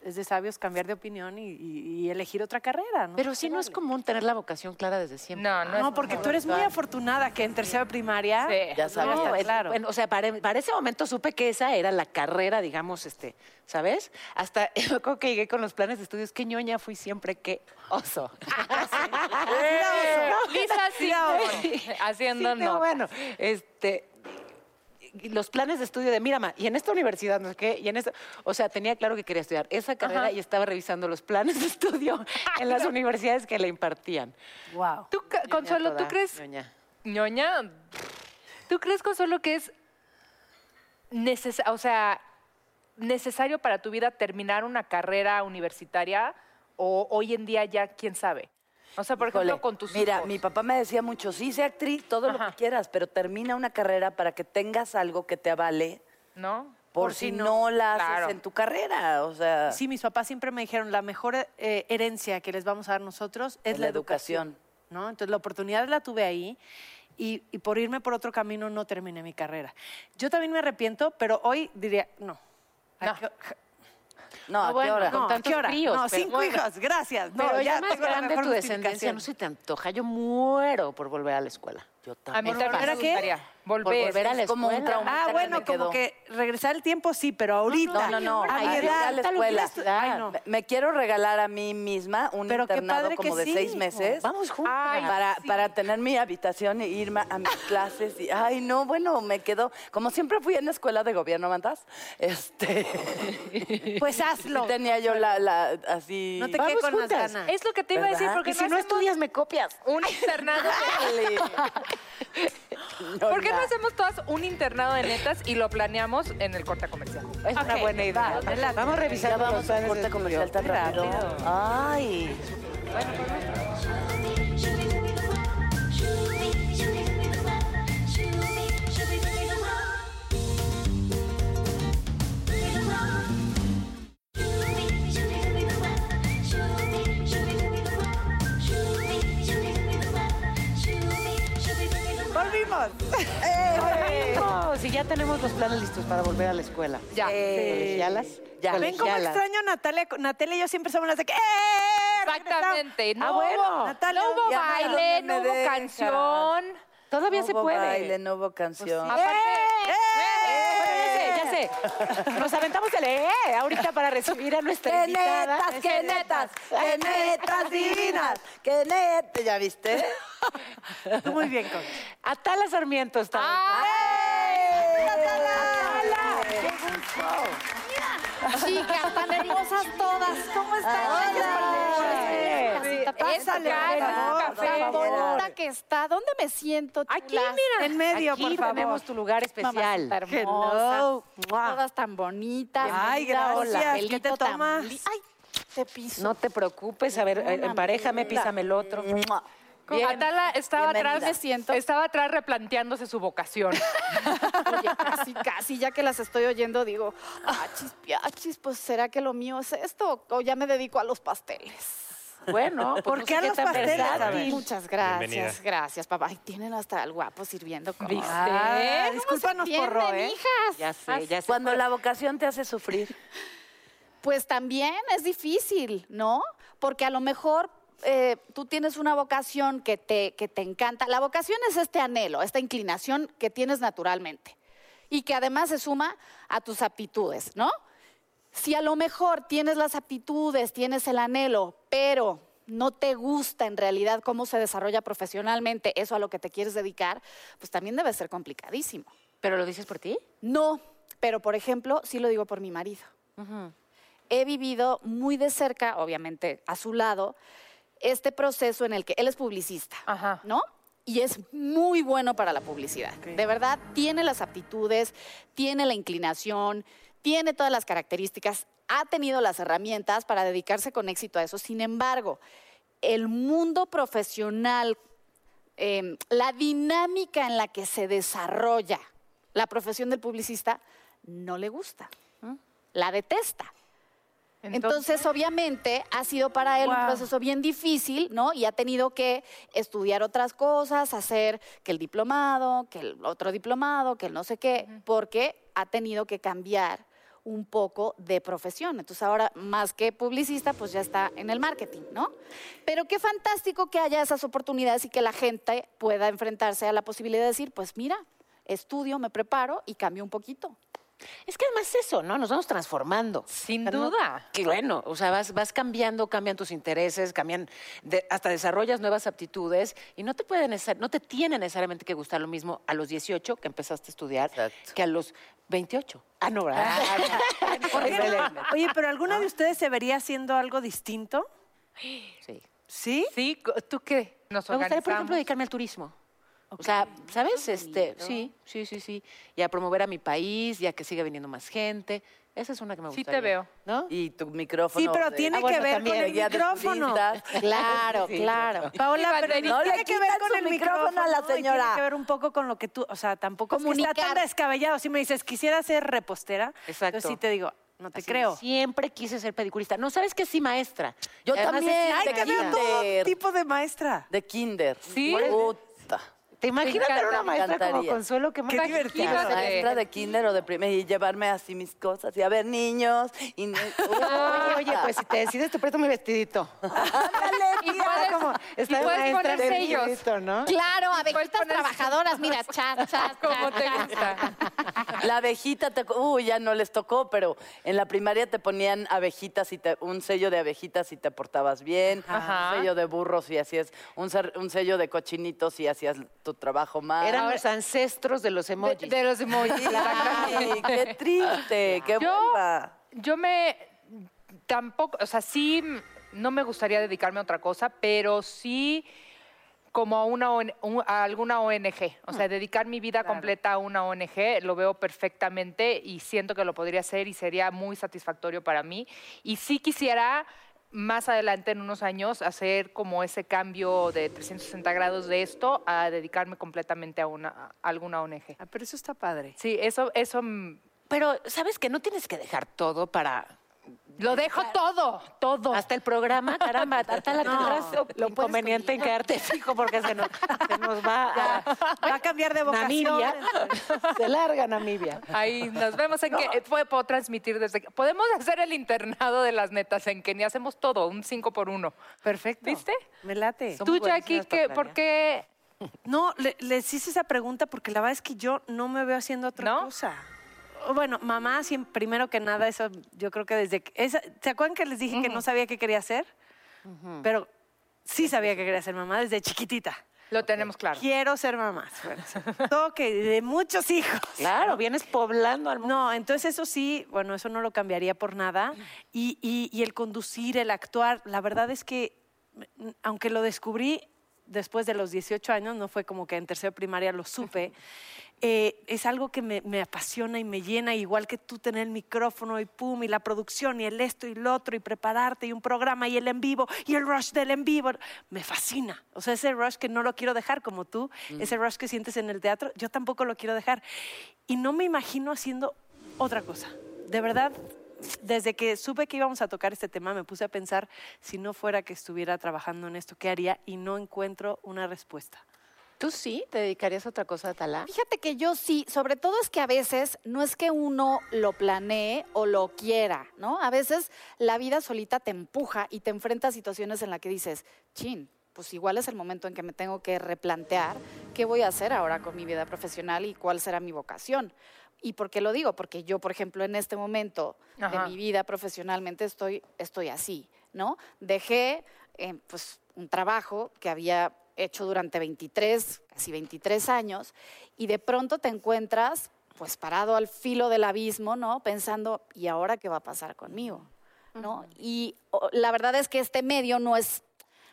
Speaker 10: es de sabios cambiar de opinión y, y- y elegir otra carrera, ¿no?
Speaker 9: Pero sí no es
Speaker 10: Vale.
Speaker 9: común tener la vocación clara desde siempre.
Speaker 8: Ah, No, no,
Speaker 10: No, porque tú eres muy afortunada que en tercero de primaria...
Speaker 8: es...
Speaker 7: Ya sabes.
Speaker 9: No,
Speaker 10: está
Speaker 9: es-
Speaker 10: claro.
Speaker 9: bueno, o sea, para, para ese momento supe que esa era la carrera, digamos, este, ¿sabes? Hasta (laughs) yo creo que llegué con los planes de estudios, qué ñoña fui siempre, qué
Speaker 8: (laughs)
Speaker 9: oso.
Speaker 8: Lisa sí, (laughs) haciendo
Speaker 9: Sí, pero
Speaker 8: no.
Speaker 9: bueno, este y los planes de estudio de Mirama y en esta universidad no sé qué y en esta o sea tenía claro que quería estudiar esa carrera y estaba revisando los planes de estudio
Speaker 8: (laughs)
Speaker 9: en las universidades que le impartían
Speaker 10: Wow.
Speaker 8: Tú, Ca- Consuelo, ¿tú
Speaker 9: toda,
Speaker 8: crees?
Speaker 9: ñoña.
Speaker 8: ñoña, ¿tú crees, Consuelo, que es neces- o sea, necesario para tu vida terminar una carrera universitaria o hoy en día ya quién sabe? O sea, por
Speaker 7: Híjole,
Speaker 8: ejemplo, con tus
Speaker 7: Mira,
Speaker 8: hijos.
Speaker 7: mi papá me decía mucho, sí, sé actriz, todo lo que quieras, pero termina una carrera para que tengas algo que te avale
Speaker 8: ¿no?
Speaker 7: por, si no, la haces
Speaker 8: Claro.
Speaker 7: en tu carrera, o sea,
Speaker 10: Sí, mis papás siempre me dijeron, la mejor eh, herencia que les vamos a dar nosotros es
Speaker 7: Es
Speaker 10: la
Speaker 7: la educación.
Speaker 10: educación. ¿no? Entonces la oportunidad la tuve ahí y, y por irme por otro camino no terminé mi carrera. Yo también me arrepiento, pero hoy diría, no. ¿A
Speaker 8: No.
Speaker 10: qué-
Speaker 7: Ah, no, ¿a qué
Speaker 9: bueno,
Speaker 7: hora?
Speaker 9: con
Speaker 10: no, ¿a
Speaker 9: tantos
Speaker 10: qué hora?
Speaker 9: críos,
Speaker 10: no,
Speaker 9: pero
Speaker 10: cinco
Speaker 9: bueno.
Speaker 10: hijos, gracias. No,
Speaker 9: pero ya,
Speaker 10: ya
Speaker 9: más
Speaker 10: tengo la
Speaker 9: grande
Speaker 10: mejor
Speaker 9: tu descendencia
Speaker 10: justificación.
Speaker 9: no se te antoja yo muero por volver a la escuela
Speaker 7: Yo
Speaker 8: A mí
Speaker 7: también.
Speaker 8: también
Speaker 10: volver
Speaker 8: me
Speaker 10: a qué?
Speaker 8: gustaría
Speaker 9: por
Speaker 8: volver.
Speaker 9: volver a la
Speaker 7: pues, es como un
Speaker 9: escuela
Speaker 7: trauma.
Speaker 10: Ah,
Speaker 7: Ahorita
Speaker 10: bueno,
Speaker 7: me
Speaker 10: como
Speaker 7: quedó.
Speaker 10: que regresar al tiempo sí, pero ahorita.
Speaker 7: No, no, no,
Speaker 10: A
Speaker 7: hay
Speaker 10: mi
Speaker 7: que ir
Speaker 10: edad,
Speaker 7: a la escuela.
Speaker 10: estu- Ay, no.
Speaker 7: Me- Me quiero regalar a mí misma un
Speaker 10: Pero qué
Speaker 7: internado
Speaker 10: padre
Speaker 7: como
Speaker 10: que
Speaker 7: de seis
Speaker 10: sí.
Speaker 7: meses.
Speaker 9: vamos juntos
Speaker 8: Ay,
Speaker 7: para, para tener mi habitación e irme a mis clases. Y, ay, no, bueno, me quedo. Como siempre fui en la escuela de gobierno, mantas. Este.
Speaker 10: (laughs) Pues hazlo.
Speaker 7: sí tenía yo la, la así.
Speaker 10: No te
Speaker 9: Vamos
Speaker 10: quedes con las
Speaker 9: juntas.
Speaker 10: ganas.
Speaker 8: Es lo que te iba a decir,
Speaker 7: ¿Verdad?
Speaker 8: porque
Speaker 9: y si no
Speaker 8: hacemos
Speaker 9: estudias me copias
Speaker 8: un
Speaker 7: (laughs)
Speaker 8: internado.
Speaker 10: (laughs)
Speaker 7: Dale. No,
Speaker 8: ¿Por qué no
Speaker 7: na.
Speaker 8: hacemos todas un internado de netas y lo planeamos en el corte comercial?
Speaker 9: es una buena idea vamos a revisar
Speaker 7: Ya
Speaker 9: los
Speaker 7: vamos a un
Speaker 9: planes de
Speaker 7: corte
Speaker 9: estudio.
Speaker 7: comercial tan rápido. Ay.
Speaker 10: Volvimos.
Speaker 9: No, si ya tenemos los planes listos para volver a la escuela. Eh,
Speaker 8: Ya.
Speaker 9: Colegialas.
Speaker 7: Ya.
Speaker 10: ¿Ven cómo
Speaker 9: colegialas.
Speaker 10: extraño a Natalia? Natalia y yo siempre somos las de que... ¡Eh!
Speaker 8: Exactamente. No
Speaker 10: Ah, bueno,
Speaker 8: hubo,
Speaker 10: Natalia,
Speaker 8: no hubo
Speaker 10: ya no,
Speaker 8: baile,
Speaker 7: no
Speaker 8: no
Speaker 7: me
Speaker 8: hubo
Speaker 7: dejas.
Speaker 8: canción.
Speaker 9: Todavía
Speaker 7: No
Speaker 9: se
Speaker 7: hubo
Speaker 9: puede.
Speaker 7: Pues Baile, no hubo canción.
Speaker 8: Aparte,
Speaker 10: ¡Eh!
Speaker 8: bueno, ya sé, ya sé,
Speaker 5: Oye, nos aventamos el
Speaker 9: eh,
Speaker 5: E ahorita para recibir a nuestra
Speaker 7: ¡Qué
Speaker 5: invitada.
Speaker 7: netas, qué netas! ¡Qué netas divinas! ¡Qué netas! ¿Ya viste?
Speaker 6: Tú muy bien, Concha.
Speaker 5: Atala Sarmiento está.
Speaker 10: Ah.
Speaker 7: ¡Ey!
Speaker 5: Atala.
Speaker 9: Chicas, tan hermosas todas. ¿Cómo están?
Speaker 7: Hola.
Speaker 9: Gracias por venir.
Speaker 6: Sí,
Speaker 9: Pásale,
Speaker 8: acá,
Speaker 9: por
Speaker 8: por
Speaker 9: favor,
Speaker 8: favor.
Speaker 9: Tan bonita que está. ¿Dónde me siento, chulas?
Speaker 5: Aquí, mira.
Speaker 6: En medio,
Speaker 5: Aquí
Speaker 6: por favor.
Speaker 5: tenemos tu lugar especial.
Speaker 9: Mamacita hermosa.
Speaker 6: Hello. Mua.
Speaker 9: Todas tan bonitas.
Speaker 6: Ay,
Speaker 9: Mira,
Speaker 6: gracias.
Speaker 9: hola,
Speaker 6: ¿Qué te
Speaker 9: pelito tan
Speaker 6: tomas?
Speaker 9: li- Ay, te piso.
Speaker 5: No te preocupes, a ver, eh, emparejame, písame el otro.
Speaker 8: Bien. Atala estaba
Speaker 7: Bienvenida.
Speaker 8: atrás,
Speaker 9: Me siento.
Speaker 8: estaba atrás replanteándose su vocación.
Speaker 9: Oye, casi, casi, ya que las estoy oyendo, digo, achis, piachis, pues ¿será que lo mío es esto? ¿O ya me dedico a los pasteles?
Speaker 5: Bueno,
Speaker 6: (laughs)
Speaker 5: pues
Speaker 6: ¿Por
Speaker 5: no
Speaker 6: qué
Speaker 5: sé
Speaker 6: a los
Speaker 5: tan
Speaker 6: pasteles?
Speaker 5: versátil.
Speaker 6: A ver.
Speaker 9: Muchas gracias,
Speaker 10: Bienvenida.
Speaker 9: gracias, papá. Ay, tienen hasta al guapo sirviendo con...
Speaker 5: ¿Viste?
Speaker 6: Ah,
Speaker 9: ¿Cómo se
Speaker 6: discúlpanos por
Speaker 9: entienden,
Speaker 6: Ro, ¿eh?
Speaker 9: hijas?
Speaker 5: Ya sé, ya sé.
Speaker 7: Cuando la vocación te hace sufrir.
Speaker 9: Pues también es difícil, ¿no? Porque a lo mejor eh, tú tienes una vocación que te, que te encanta. La vocación es este anhelo, esta inclinación que tienes naturalmente y que además se suma a tus aptitudes, ¿no? Si a lo mejor tienes las aptitudes, tienes el anhelo, pero no te gusta en realidad cómo se desarrolla profesionalmente eso a lo que te quieres dedicar, pues también debe ser complicadísimo.
Speaker 5: ¿Pero lo dices por ti?
Speaker 9: No, pero por ejemplo, sí lo digo por mi marido. He vivido muy de cerca, obviamente a su lado, este proceso en el que él es publicista,
Speaker 8: Ajá.
Speaker 9: ¿no? Y es muy bueno para la publicidad. De verdad, tiene las aptitudes, tiene la inclinación, tiene todas las características, ha tenido las herramientas para dedicarse con éxito a eso. Sin embargo, el mundo profesional eh, la dinámica en la que se desarrolla la profesión del publicista no le gusta, ¿m? la detesta. Entonces, obviamente, ha sido para él un proceso bien difícil, ¿no? Y ha tenido que estudiar otras cosas, hacer que el diplomado, que el otro diplomado, que el no sé qué, porque ha tenido que cambiar un poco de profesión. Entonces, ahora, más que publicista, pues ya está en el marketing, ¿no? Pero qué fantástico que haya esas oportunidades y que la gente pueda enfrentarse a la posibilidad de decir, pues mira, estudio, me preparo y cambio un poquito.
Speaker 5: Es que además eso, ¿no? Nos vamos transformando.
Speaker 8: Sin
Speaker 5: O sea, ¿no?
Speaker 8: duda.
Speaker 5: Que bueno, o sea, vas, vas cambiando, cambian tus intereses, cambian, de- hasta desarrollas nuevas aptitudes y no te pueden neces- no te tiene necesariamente que gustar lo mismo a los 18 que empezaste a estudiar
Speaker 7: Exacto.
Speaker 5: que a los 28. Ah, no, ¿verdad?
Speaker 6: ¿Por qué no?
Speaker 5: Excelente.
Speaker 6: Oye, pero ¿alguna de ustedes se vería haciendo algo distinto?
Speaker 5: Sí.
Speaker 6: ¿Sí?
Speaker 8: Sí, co- ¿tú qué? Nos
Speaker 5: Me gustaría, por ejemplo,
Speaker 8: organizamos.
Speaker 5: dedicarme al turismo. O sea, ¿sabes? Este, sí, sí, sí, sí. Y a promover a mi país y a que siga viniendo más gente. Esa es una que me
Speaker 8: Sí te
Speaker 5: gustaría.
Speaker 8: veo.
Speaker 5: ¿no?
Speaker 7: Y tu micrófono.
Speaker 6: Sí, pero
Speaker 7: de-
Speaker 6: tiene
Speaker 5: Ah, bueno,
Speaker 6: que ver
Speaker 5: también,
Speaker 6: con el
Speaker 7: ya de
Speaker 6: micrófono.
Speaker 7: turistas.
Speaker 9: Claro, claro.
Speaker 6: Paola,
Speaker 8: Sí,
Speaker 6: pero
Speaker 8: banderita.
Speaker 6: no
Speaker 7: No le
Speaker 6: tiene que ver
Speaker 7: quitan
Speaker 6: con
Speaker 7: su
Speaker 6: el
Speaker 7: micrófono
Speaker 6: micrófono
Speaker 7: a la
Speaker 6: ¿no? Y Tiene
Speaker 7: señora.
Speaker 6: que ver un poco con lo que tú, o sea, tampoco es que está tan
Speaker 9: Comunicar.
Speaker 6: descabellado. Si me dices, quisiera ser repostera,
Speaker 5: Exacto.
Speaker 6: entonces sí te digo, no te
Speaker 5: Así,
Speaker 6: creo.
Speaker 5: Siempre quise ser pedicurista. No, ¿sabes qué? Sí, maestra.
Speaker 7: Yo
Speaker 5: Y además
Speaker 7: también,
Speaker 5: es
Speaker 7: ay,
Speaker 5: de
Speaker 7: que
Speaker 6: Te veo
Speaker 5: kinder.
Speaker 6: todo
Speaker 7: Kinder.
Speaker 6: tipo de maestra.
Speaker 7: De kinder.
Speaker 8: Sí.
Speaker 7: Puta.
Speaker 5: ¿Te imaginas
Speaker 8: encanta,
Speaker 5: tener una
Speaker 7: me
Speaker 5: maestra como
Speaker 7: encantaría.
Speaker 5: Consuelo? que
Speaker 6: Qué
Speaker 5: más-
Speaker 6: divertido.
Speaker 5: Imagínate.
Speaker 7: Maestra de kinder o de primer y llevarme así mis cosas y a ver niños y ni-
Speaker 9: (laughs)
Speaker 5: Oye, oye, pues si te decides, te presto mi vestidito.
Speaker 7: Ándale,
Speaker 8: Y
Speaker 7: tía.
Speaker 8: puedes,
Speaker 5: Como,
Speaker 8: y
Speaker 5: está de
Speaker 8: puedes
Speaker 5: maestra
Speaker 8: poner
Speaker 5: de
Speaker 8: sellos.
Speaker 5: vestidito, ¿no?
Speaker 9: Claro,
Speaker 8: puedes
Speaker 9: abejitas
Speaker 8: poner- (laughs)
Speaker 9: trabajadoras, mira, cha, cha, cha,
Speaker 8: Como te
Speaker 9: cha.
Speaker 8: gusta.
Speaker 7: La abejita, te, uy, ya no les tocó, pero en la primaria te ponían abejitas y te- un sello de abejitas si te portabas bien,
Speaker 8: Ajá.
Speaker 7: un sello de burros si hacías, un, ser- un sello de cochinitos si hacías tu trabajo mal.
Speaker 5: Eran los ancestros de los emojis.
Speaker 8: De, de los emojis.
Speaker 7: Ay, qué triste, qué
Speaker 8: Yo,
Speaker 7: bomba.
Speaker 8: yo me tampoco, o sea, sí m- no me gustaría dedicarme a otra cosa, pero sí como a una ON un- a alguna ONG, o sea, dedicar mi vida completa a una ONG, lo veo perfectamente y siento que lo podría hacer y sería muy satisfactorio para mí y sí quisiera más adelante en unos años hacer como ese cambio de 360 grados de esto a dedicarme completamente a una a alguna ONG.
Speaker 6: Ah, pero eso está padre.
Speaker 8: Sí, eso eso mm,
Speaker 5: Pero, ¿sabes que No tienes que dejar todo para...
Speaker 8: lo dejo todo, todo.
Speaker 5: Hasta el programa, caramba, hasta la tendrás lo inconveniente en quedarte fijo porque
Speaker 6: (laughs)
Speaker 5: se nos, se nos
Speaker 9: (laughs)
Speaker 5: va a
Speaker 6: Va a cambiar de vocación.
Speaker 5: Namibia. Se larga Namibia.
Speaker 8: Ahí nos vemos en que eh, fue- puedo transmitir desde que- podemos hacer el internado de las netas en Kenia, hacemos todo, un 5 por uno.
Speaker 6: Perfecto.
Speaker 8: ¿Viste?
Speaker 6: Me late.
Speaker 5: Son
Speaker 8: Tú
Speaker 5: muy
Speaker 8: Jackie,
Speaker 5: buenísimas para
Speaker 8: ¿qué, ¿por
Speaker 5: planear.
Speaker 8: qué
Speaker 6: No, le- les hice esa pregunta porque la verdad es que yo no me veo haciendo otra
Speaker 8: ¿No?
Speaker 6: cosa. bueno, mamá, siem- primero que nada, eso yo creo que desde... que- esa- ¿Se acuerdan que les dije que no sabía qué quería hacer? Pero sí sabía que quería ser mamá desde chiquitita.
Speaker 8: Lo tenemos claro.
Speaker 6: Quiero ser mamá. Bueno, todo que de muchos hijos.
Speaker 5: Claro, vienes poblando al mundo.
Speaker 6: No, entonces eso sí, bueno, eso no lo cambiaría por nada. Y, y- y el conducir, el actuar, la verdad es que, mm, aunque lo descubrí después de los 18 años, no fue como que en tercero de primaria lo supe, eh, es algo que me, me apasiona y me llena, igual que tú tener el micrófono y pum, y la producción, y el esto y lo otro, y prepararte, y un programa, y el en vivo, y el rush del en vivo, me fascina. O sea, ese rush que no lo quiero dejar como tú, ese rush que sientes en el teatro, yo tampoco lo quiero dejar. Y no me imagino haciendo otra cosa. De verdad, desde que supe que íbamos a tocar este tema, me puse a pensar si no fuera que estuviera trabajando en esto, ¿qué haría? Y no encuentro una respuesta.
Speaker 5: ¿Tú sí te dedicarías a otra cosa, Talá?
Speaker 9: Fíjate que yo sí, sobre todo es que a veces no es que uno lo planee o lo quiera, ¿no? A veces la vida solita te empuja y te enfrenta a situaciones en las que dices, chin, pues igual es el momento en que me tengo que replantear qué voy a hacer ahora con mi vida profesional y cuál será mi vocación. ¿Y por qué lo digo? Porque yo, por ejemplo, en este momento
Speaker 8: Ajá.
Speaker 9: de mi vida profesionalmente estoy, estoy así, ¿no? Dejé eh, pues, un trabajo que había hecho durante 23, casi 23 años, y de pronto te encuentras pues parado al filo del abismo, ¿no? Pensando, ¿y ahora qué va a pasar conmigo? ¿No? Y o- la verdad es que este medio no es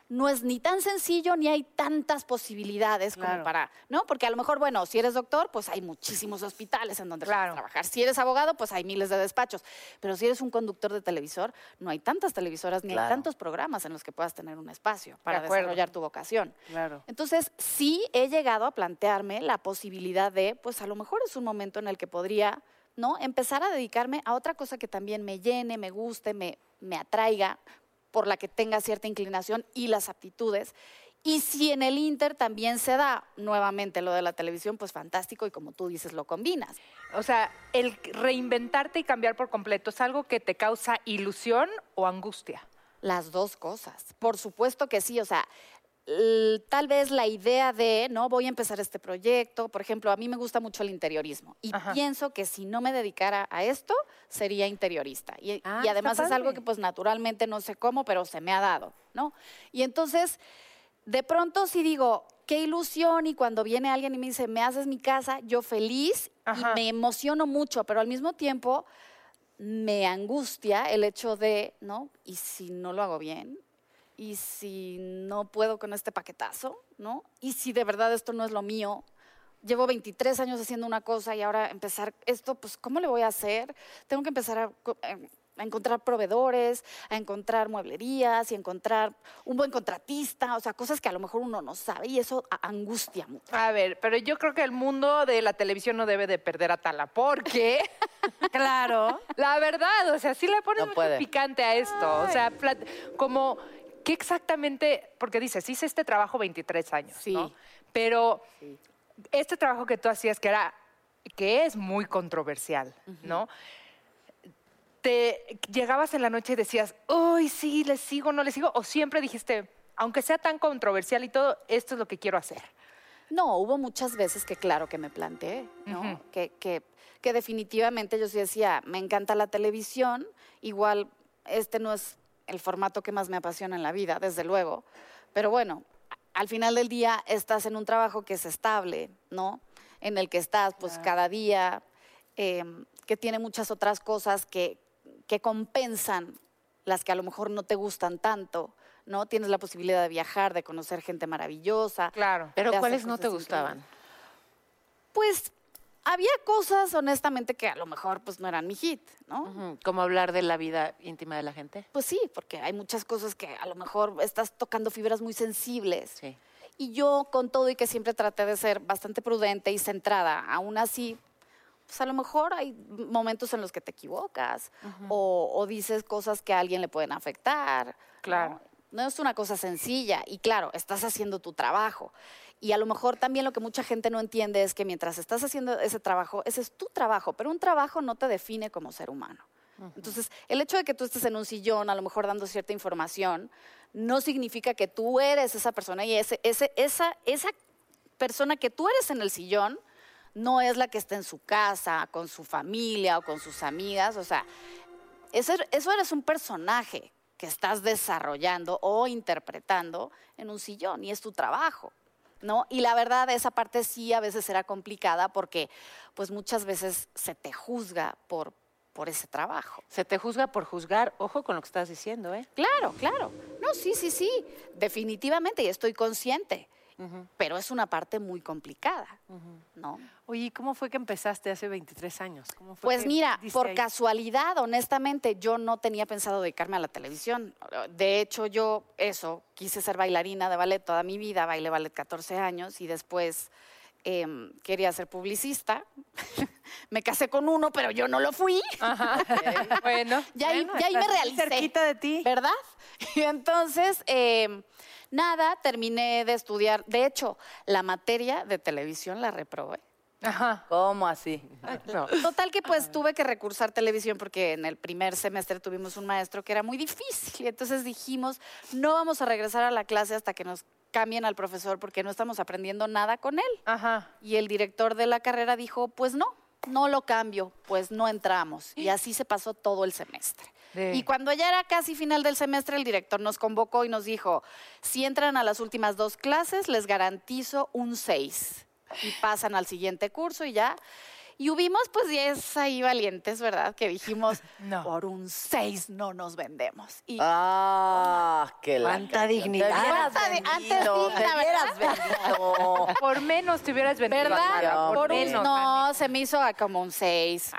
Speaker 9: no es ni tan sencillo ni hay tantas posibilidades como para, ¿no? Porque a lo mejor, bueno, si eres doctor, pues hay muchísimos hospitales en donde
Speaker 8: Claro.
Speaker 9: puedes trabajar. Si eres abogado, pues hay miles de despachos. Pero si eres un conductor de televisor, no hay tantas televisoras ni hay tantos programas en los que puedas tener un espacio para
Speaker 8: acuerdo.
Speaker 9: desarrollar tu vocación.
Speaker 6: Claro.
Speaker 9: Entonces, sí he llegado a plantearme la posibilidad de, pues a lo mejor es un momento en el que podría, ¿no? Empezar a dedicarme a otra cosa que también me llene, me guste, me, me atraiga, por la que tenga cierta inclinación y las aptitudes. Y si en el Inter también se da nuevamente lo de la televisión, pues fantástico y como tú dices, lo combinas.
Speaker 8: O sea, el reinventarte y cambiar por completo es algo que te causa ilusión o angustia.
Speaker 9: Las dos cosas. Por supuesto que sí, o sea, l- tal vez la idea de, no, voy a empezar este proyecto, por ejemplo, a mí me gusta mucho el interiorismo y
Speaker 8: Ajá.
Speaker 9: pienso que si no me dedicara a esto, sería interiorista. Y, y
Speaker 6: Ah, está
Speaker 9: además es algo
Speaker 6: padre.
Speaker 9: que pues naturalmente no sé cómo, pero se me ha dado, ¿no? Y entonces, de pronto sí digo, qué ilusión y cuando viene alguien y me dice, me haces mi casa, yo feliz
Speaker 8: Ajá.
Speaker 9: y me emociono mucho, pero al mismo tiempo me angustia el hecho de, ¿no? ¿Y si no lo hago bien? ¿Y si no puedo con este paquetazo? ¿No? ¿Y si de verdad esto no es lo mío? Llevo 23 años haciendo una cosa y ahora empezar esto, pues ¿cómo le voy a hacer? Tengo que empezar a, co- em, a encontrar proveedores, a encontrar mueblerías y encontrar un buen contratista, o sea, cosas que a lo mejor uno no sabe y eso a- angustia mucho.
Speaker 8: A ver, pero yo creo que el mundo de la televisión no debe de perder a Tala, porque
Speaker 6: Claro.
Speaker 8: la verdad, o sea, sí le pones
Speaker 7: No
Speaker 8: mucho
Speaker 7: puede.
Speaker 8: picante a esto. O sea, plat- como, ¿qué exactamente? Porque dices, hice este trabajo 23 años,
Speaker 9: Sí.
Speaker 8: ¿no? Pero este trabajo que tú hacías, que era, que es muy controversial, ¿no? Te llegabas en la noche y decías, uy, sí, le sigo, no le sigo, o siempre dijiste, aunque sea tan controversial y todo, esto es lo que quiero hacer.
Speaker 9: No, hubo muchas veces que claro que me planteé, ¿no?
Speaker 8: Ujú.
Speaker 9: que, que, que definitivamente yo sí decía, me encanta la televisión, igual este no es el formato que más me apasiona en la vida, desde luego, pero bueno, a- al final del día estás en un trabajo que es estable, ¿no? En el que estás pues cada día, eh, que tiene muchas otras cosas que, que compensan las que a lo mejor no te gustan tanto, ¿no? Tienes la posibilidad de viajar, de conocer gente maravillosa,
Speaker 8: Claro.
Speaker 5: Pero
Speaker 9: de hacer
Speaker 5: ¿cuáles no te
Speaker 9: cosas increíbles.
Speaker 5: gustaban?
Speaker 9: pues había cosas, honestamente, que a lo mejor pues no eran mi hit, ¿no?
Speaker 5: Ujú, ¿Cómo hablar de la vida íntima de la gente?
Speaker 9: Pues sí, porque hay muchas cosas que a lo mejor estás tocando fibras muy sensibles.
Speaker 5: Sí.
Speaker 9: Y yo, con todo y que siempre traté de ser bastante prudente y centrada, aún así, pues a lo mejor hay momentos en los que te equivocas o, o dices cosas que a alguien le pueden afectar.
Speaker 8: Claro.
Speaker 9: ¿no? No es una cosa sencilla y claro, estás haciendo tu trabajo. Y a lo mejor también lo que mucha gente no entiende es que mientras estás haciendo ese trabajo, ese es tu trabajo, pero un trabajo no te define como ser humano. Entonces, el hecho de que tú estés en un sillón, a lo mejor dando cierta información, no significa que tú eres esa persona y ese, ese- esa, esa persona que tú eres en el sillón no es la que está en su casa, con su familia o con sus amigas. O sea, eso, eso eres un personaje que estás desarrollando o interpretando en un sillón y es tu trabajo. ¿No? Y la verdad, esa parte sí a veces era complicada porque pues muchas veces se te juzga por, por ese trabajo.
Speaker 5: Se te juzga por juzgar, ojo con lo que estás diciendo, ¿eh?
Speaker 9: Claro, claro. No, sí, sí, sí, definitivamente, y estoy consciente, pero es una parte muy complicada, ¿no?
Speaker 6: Oye, ¿y ¿cómo fue que empezaste hace 23 años? ¿Cómo fue
Speaker 9: Pues
Speaker 6: que
Speaker 9: mira,
Speaker 6: diste
Speaker 9: por
Speaker 6: ahí?
Speaker 9: casualidad, honestamente, yo no tenía pensado dedicarme a la televisión. De hecho, yo eso, quise ser bailarina de ballet toda mi vida, bailé ballet 14 años y después em, quería ser publicista. (laughs) Me casé con uno, pero yo no lo fui.
Speaker 5: (laughs)
Speaker 8: Bueno,
Speaker 9: Ya ahí,
Speaker 6: Ah, Bueno,
Speaker 9: ya ahí me
Speaker 6: estás
Speaker 9: realicé.
Speaker 6: cerquita de ti.
Speaker 9: ¿Verdad? (laughs) Y entonces, eh, nada, terminé de estudiar. De hecho, la materia de televisión la reprobé.
Speaker 8: ajá.
Speaker 7: ¿Cómo así?
Speaker 9: (laughs) Total que pues tuve que recursar televisión porque en el primer semestre tuvimos un maestro que era muy difícil y entonces dijimos, no vamos a regresar a la clase hasta que nos cambien al profesor porque no estamos aprendiendo nada con él.
Speaker 8: Ajá.
Speaker 9: Y el director de la carrera dijo, pues no, no lo cambio, pues no entramos. Y así se pasó todo el semestre.
Speaker 8: De-
Speaker 9: Y cuando ya era casi final del semestre, el director nos convocó y nos dijo, si entran a las últimas dos clases, les garantizo un 6. Y pasan al siguiente curso y ya. Y hubimos pues 10 ahí valientes, ¿verdad? Que dijimos,
Speaker 8: No.
Speaker 9: por un 6 no nos vendemos. Y
Speaker 7: Ah, qué la
Speaker 6: Cuánta
Speaker 7: canción.
Speaker 6: dignidad.
Speaker 7: Te hubieras
Speaker 9: Cuánta di- antes
Speaker 7: vendido,
Speaker 9: digna,
Speaker 7: te hubieras vendido.
Speaker 8: Por menos te hubieras vendido. Amanda,
Speaker 9: ¿Verdad?
Speaker 8: Por,
Speaker 9: Por un,
Speaker 8: menos.
Speaker 9: no, se me hizo a como un 6.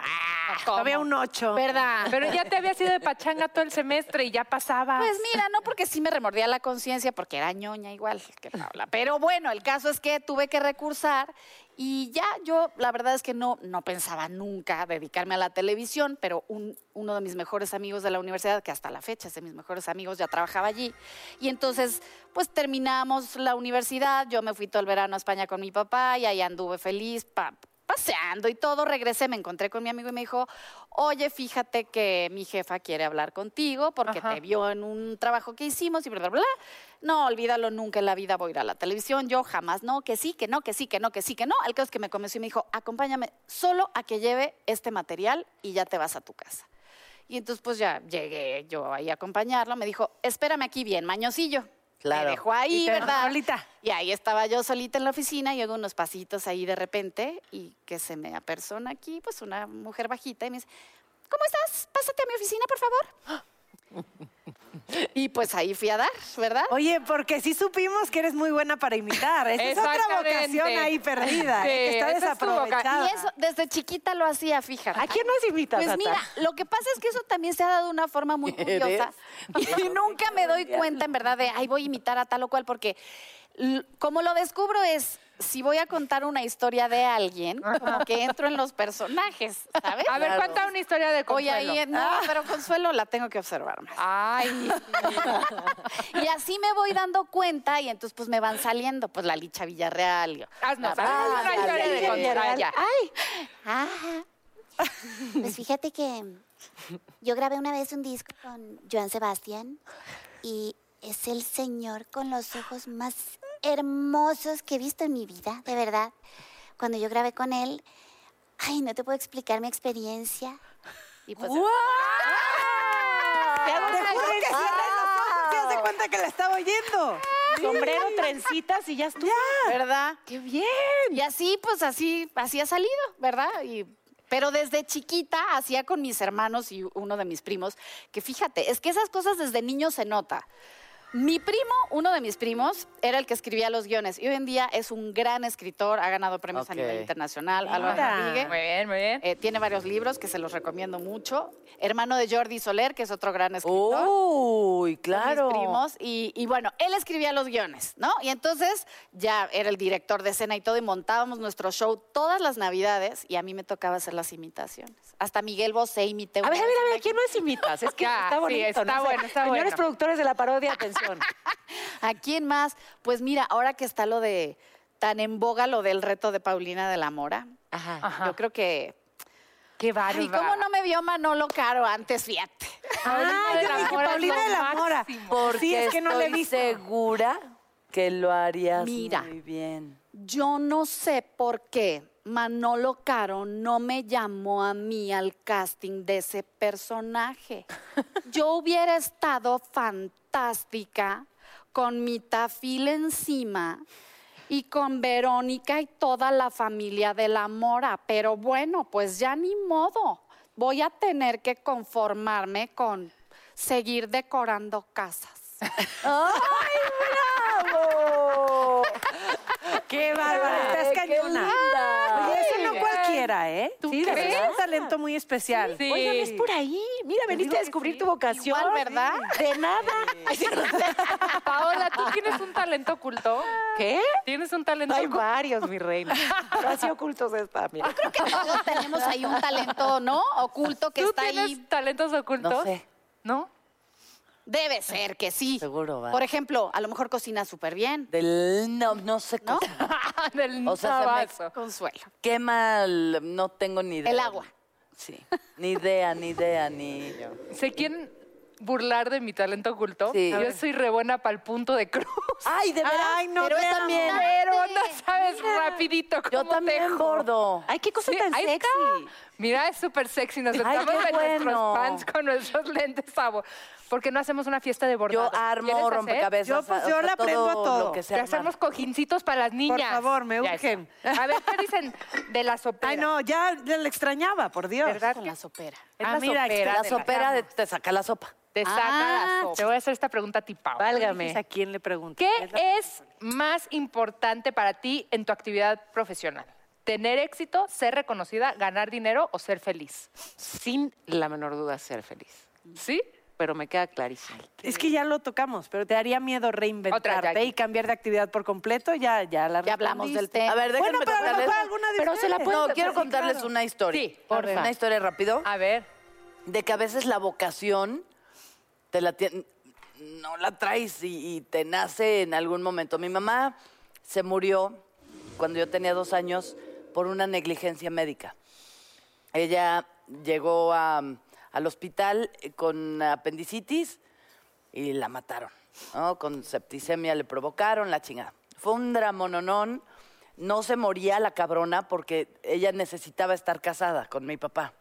Speaker 6: Había un 8.
Speaker 9: ¿Verdad?
Speaker 8: Pero ya te había sido de pachanga todo el semestre y ya pasaba.
Speaker 9: Pues mira, no porque sí me remordía la conciencia, porque era ñoña igual que Paula. Pero bueno, el caso es que tuve que recursar y ya yo, la verdad es que no, no pensaba nunca dedicarme a la televisión, pero un- uno de mis mejores amigos de la universidad, que hasta la fecha es de mis mejores amigos, ya trabajaba allí. Y entonces, pues terminamos la universidad, yo me fui todo el verano a España con mi papá y ahí anduve feliz, pa- paseando y todo, regresé, me encontré con mi amigo y me dijo, oye, fíjate que mi jefa quiere hablar contigo porque
Speaker 8: Ajá.
Speaker 9: te vio en un trabajo que hicimos y bla, bla, bla. No, olvídalo, nunca en la vida voy a ir a la televisión, yo jamás, no, que sí, que no, que sí, que no, que sí, que no. Al caso es que me convenció y me dijo, acompáñame solo a que lleve este material y ya te vas a tu casa. Y entonces pues ya llegué yo ahí a acompañarlo, me dijo, espérame aquí bien, mañosillo.
Speaker 7: Claro.
Speaker 9: Me dejó ahí,
Speaker 6: Y te dejó
Speaker 9: ¿verdad?
Speaker 6: solita.
Speaker 9: Y ahí estaba yo solita en la oficina y hago unos pasitos ahí de repente y que se me apersona aquí, pues una mujer bajita y me dice, ¿cómo estás? Pásate a mi oficina, por favor. y pues ahí fui a dar, ¿verdad?
Speaker 6: Oye, porque sí supimos que eres muy buena para imitar. Esa es otra
Speaker 8: Exactamente.
Speaker 6: vocación ahí perdida,
Speaker 8: Sí,
Speaker 6: eh, que está
Speaker 8: esa es tu voca-
Speaker 6: desaprovechada.
Speaker 9: Y eso, desde chiquita lo hacía, fíjate.
Speaker 6: ¿A quién nos imitas,
Speaker 9: Pues
Speaker 6: Nata?
Speaker 9: mira, lo que pasa es que eso también se ha dado de una
Speaker 8: (laughs)
Speaker 9: forma muy curiosa. (laughs) Y nunca me doy cuenta, en verdad, de ay, voy a imitar a tal o cual, porque l- como lo descubro es si voy a contar una historia de alguien, como que entro en los personajes, ¿sabes? (laughs)
Speaker 8: A ver, cuenta una historia de
Speaker 9: Eh, Oye,
Speaker 8: Ah, Consuelo. Ah.
Speaker 9: ahí, no, pero Consuelo la tengo que observar más.
Speaker 8: Ay,
Speaker 9: Y así me voy dando cuenta y entonces pues me van saliendo, pues la Licha Villarreal. y-
Speaker 8: haznos,
Speaker 9: la-
Speaker 8: haznos
Speaker 9: la
Speaker 8: una historia
Speaker 9: Licha
Speaker 8: de Consuelo.
Speaker 9: Villarreal.
Speaker 8: ya.
Speaker 5: (laughs)
Speaker 10: Ah, pues fíjate que yo grabé una vez un disco con Joan Sebastián y es el señor con los ojos más hermosos que he visto en mi vida, de verdad. Cuando yo grabé con él, ay, no te puedo explicar mi experiencia.
Speaker 9: Y pues,
Speaker 6: Te juro que cierras los ojos y haz de cuenta que la estaba oyendo.
Speaker 5: Sombrero, trencitas y ya estuvo.
Speaker 9: ¿verdad?
Speaker 5: ¡Qué bien!
Speaker 9: Y así, pues así, así ha salido, ¿verdad? Y, pero desde chiquita hacía con mis hermanos y uno de mis primos, que fíjate, es que esas cosas desde niño se nota. Mi primo, uno de mis primos, era el que escribía los guiones y hoy en día es un gran escritor, ha ganado premios
Speaker 7: Ok.
Speaker 9: a nivel internacional, Álvaro
Speaker 6: Mira.
Speaker 9: Rodríguez.
Speaker 8: Muy bien, muy bien.
Speaker 9: Eh, tiene varios libros que se los recomiendo mucho. Hermano de Jordi Soler, que es otro gran
Speaker 7: ¡Uh!
Speaker 9: escritor
Speaker 7: Uy,
Speaker 9: con
Speaker 7: claro.
Speaker 9: mis primos y, y bueno, él escribía los guiones, ¿no? Y entonces ya era el director de escena y todo y montábamos nuestro show todas las navidades y a mí me tocaba hacer las imitaciones. Hasta Miguel Bosé imité
Speaker 5: A
Speaker 9: una
Speaker 5: ver, a ver,
Speaker 9: vez
Speaker 5: a
Speaker 9: una-
Speaker 5: ver, ¿quién más imitas? Es que
Speaker 8: Ya,
Speaker 5: está
Speaker 8: sí,
Speaker 5: bonito,
Speaker 8: está
Speaker 5: ¿no? O sea,
Speaker 8: bueno, está
Speaker 5: Señores
Speaker 8: bueno.
Speaker 5: productores de la parodia, atención.
Speaker 9: ¿A quién más? Pues mira, ahora que está lo de tan en boga lo del reto de Paulina de la Mora,
Speaker 8: Ajá.
Speaker 9: yo creo que
Speaker 8: Qué bárbaro.
Speaker 9: y cómo no me vio Manolo Caro antes, fíjate.
Speaker 6: Ah, yo dije Paulina de la Mora.
Speaker 7: Porque
Speaker 6: Sí, es que no le he
Speaker 7: estoy
Speaker 6: visto.
Speaker 7: segura que lo harías
Speaker 9: Mira.
Speaker 7: muy bien.
Speaker 9: Yo no sé por qué Manolo Caro no me llamó a mí al casting de ese (laughs) personaje. Yo hubiera estado fantástica con mi tafil encima y con Verónica y toda la familia de la Mora, pero bueno, pues ya ni modo. Voy a tener que conformarme con seguir decorando (laughs) casas.
Speaker 6: ¡Ay, bravo! ¡Qué bárbara! Estás cañona. Oye, ese no cualquiera, ¿eh?
Speaker 8: ¿Tú
Speaker 6: sí, de
Speaker 8: crees?
Speaker 6: verdad, un talento muy especial.
Speaker 8: Sí.
Speaker 5: Oigan, es por ahí. Mira, veniste a descubrir tu vocación.
Speaker 9: Igual, ¿verdad?
Speaker 5: De nada. Ay, sí.
Speaker 8: Paola, tú tienes un talento oculto.
Speaker 5: ¿Qué?
Speaker 8: Tienes un talento
Speaker 5: Hay
Speaker 8: oculto.
Speaker 5: varios, mi (laughs) reina. Así ocultos está, mira.
Speaker 9: Creo que todos tenemos ahí un talento, ¿no? Oculto que
Speaker 8: ¿Tú
Speaker 9: está
Speaker 8: tienes
Speaker 9: ahí.
Speaker 8: talentos ocultos?
Speaker 7: No sé.
Speaker 8: ¿No? (laughs)
Speaker 9: Debe ser que sí.
Speaker 7: Seguro, va.
Speaker 9: Por ejemplo, a lo mejor cocina súper bien,
Speaker 7: Del, no, no sé
Speaker 9: ¿no?
Speaker 7: cómo.
Speaker 8: Del
Speaker 7: O sea, se me-
Speaker 8: tabaco.
Speaker 9: Consuelo.
Speaker 7: Quema el- no tengo ni idea.
Speaker 9: El agua.
Speaker 7: Sí. Ni idea, ni idea, ni...
Speaker 8: ¿Se quieren burlar de mi talento oculto?
Speaker 7: Sí. A
Speaker 8: Yo
Speaker 7: ver. Ah,
Speaker 8: soy re buena para el punto de cruz.
Speaker 7: ¡Ay, de verdad!
Speaker 6: Ay, no,
Speaker 7: Pero
Speaker 6: te
Speaker 7: yo
Speaker 6: amo.
Speaker 7: también.
Speaker 8: Pero no sabes rapidito cómo
Speaker 7: Yo también,
Speaker 8: tejo.
Speaker 7: gordo.
Speaker 5: Ay, qué cosa
Speaker 8: Sí,
Speaker 5: tan
Speaker 8: ahí
Speaker 5: sexy.
Speaker 8: está. Mira, es súper sexy. Nos
Speaker 7: Ay,
Speaker 8: estamos
Speaker 7: qué
Speaker 8: en nuestros
Speaker 7: bueno.
Speaker 8: pants con nuestros lentes, pavo. ¿Por qué no hacemos una fiesta de bordado?
Speaker 7: Yo armo rompecabezas.
Speaker 6: Yo, pues,
Speaker 7: o
Speaker 6: yo
Speaker 7: sea,
Speaker 6: le aprendo
Speaker 7: todo.
Speaker 6: todo.
Speaker 7: Lo que
Speaker 8: Te
Speaker 7: sea
Speaker 8: hacemos cojincitos para las niñas.
Speaker 6: favor, me
Speaker 8: Ya
Speaker 6: urgen.
Speaker 8: está. A ver, ¿qué dicen de la sopera?
Speaker 6: Ay, no, ya le extrañaba, por Dios.
Speaker 8: ¿Verdad?
Speaker 9: Con
Speaker 8: que-
Speaker 9: la sopera.
Speaker 8: Es
Speaker 6: Ah,
Speaker 8: la
Speaker 6: mira,
Speaker 8: sopera.
Speaker 7: La
Speaker 8: de
Speaker 7: sopera de- te saca la sopa.
Speaker 8: Te saca
Speaker 9: Ah,
Speaker 8: la sopa. Te voy a hacer esta pregunta a ti, Pau.
Speaker 5: Válgame.
Speaker 6: Dices, ¿A quién le pregunto?
Speaker 8: ¿Qué es más importante para ti en tu actividad profesional? ¿Tener éxito, ser reconocida, ganar dinero o ser feliz?
Speaker 5: Sin la menor duda ser feliz.
Speaker 8: ¿Sí?
Speaker 5: Pero me queda clarísimo.
Speaker 6: Es que ya lo tocamos, pero te haría miedo
Speaker 8: Otra,
Speaker 6: reinventarte
Speaker 8: Jackie.
Speaker 6: y cambiar de actividad por completo. Ya, ya la
Speaker 9: Ya hablamos del
Speaker 6: respondiste.
Speaker 9: tema.
Speaker 7: A ver, déjenme
Speaker 6: Bueno, pero a lo
Speaker 7: contarles-
Speaker 6: mejor alguna de
Speaker 7: Pero se la
Speaker 6: ustedes.
Speaker 7: puedo...
Speaker 6: No,
Speaker 7: No, quiero
Speaker 6: sí,
Speaker 7: contarles
Speaker 6: claro.
Speaker 7: una historia.
Speaker 8: Sí, porfa.
Speaker 7: Una historia rápido.
Speaker 8: A ver.
Speaker 7: de que a veces la vocación te la tien- no la traes y, y te nace en algún momento. Mi mamá se murió cuando yo tenía dos años por una negligencia médica. Ella llegó a- al hospital con apendicitis y la mataron, ¿no? Con septicemia le provocaron la chingada. Fue un dramononón. No se moría la cabrona porque ella necesitaba estar casada con mi papá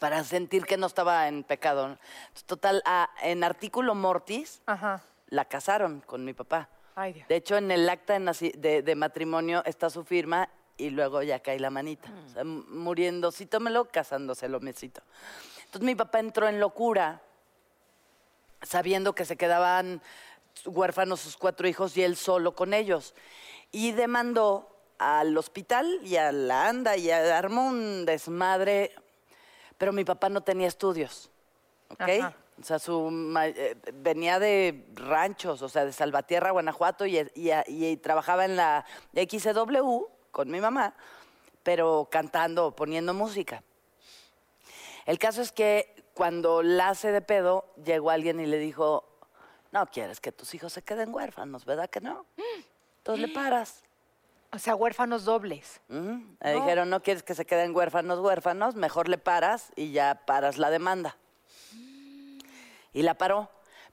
Speaker 7: para sentir que no estaba en pecado. ¿no? Entonces, Total, a- en artículo mortis
Speaker 8: Ajá.
Speaker 7: la casaron con mi papá.
Speaker 8: Ay, Dios.
Speaker 7: De hecho, en el acta de, naci- de- de matrimonio está su firma y luego ya cae la manita.
Speaker 8: Mm.
Speaker 7: O sea, m- muriéndosítomelo, casándoselo, mesito. Entonces mi papá entró en locura, sabiendo que se quedaban huérfanos sus cuatro hijos y él solo con ellos. Y demandó al hospital y a la ANDA y a- armó un desmadre, pero mi papá no tenía estudios. ¿ok?
Speaker 8: Ajá.
Speaker 7: O sea, su ma- eh, venía de ranchos, o sea, de Salvatierra, Guanajuato, y, y- y trabajaba en la XW con mi mamá, pero cantando, poniendo música. El caso es que cuando la hace de pedo, llegó alguien y le dijo, no quieres que tus hijos se queden huérfanos, ¿verdad que no? Entonces le paras.
Speaker 8: O sea, huérfanos dobles.
Speaker 7: Ujú. Le dijeron, no quieres que se queden huérfanos, huérfanos, mejor le paras y ya paras la demanda. Y la paró.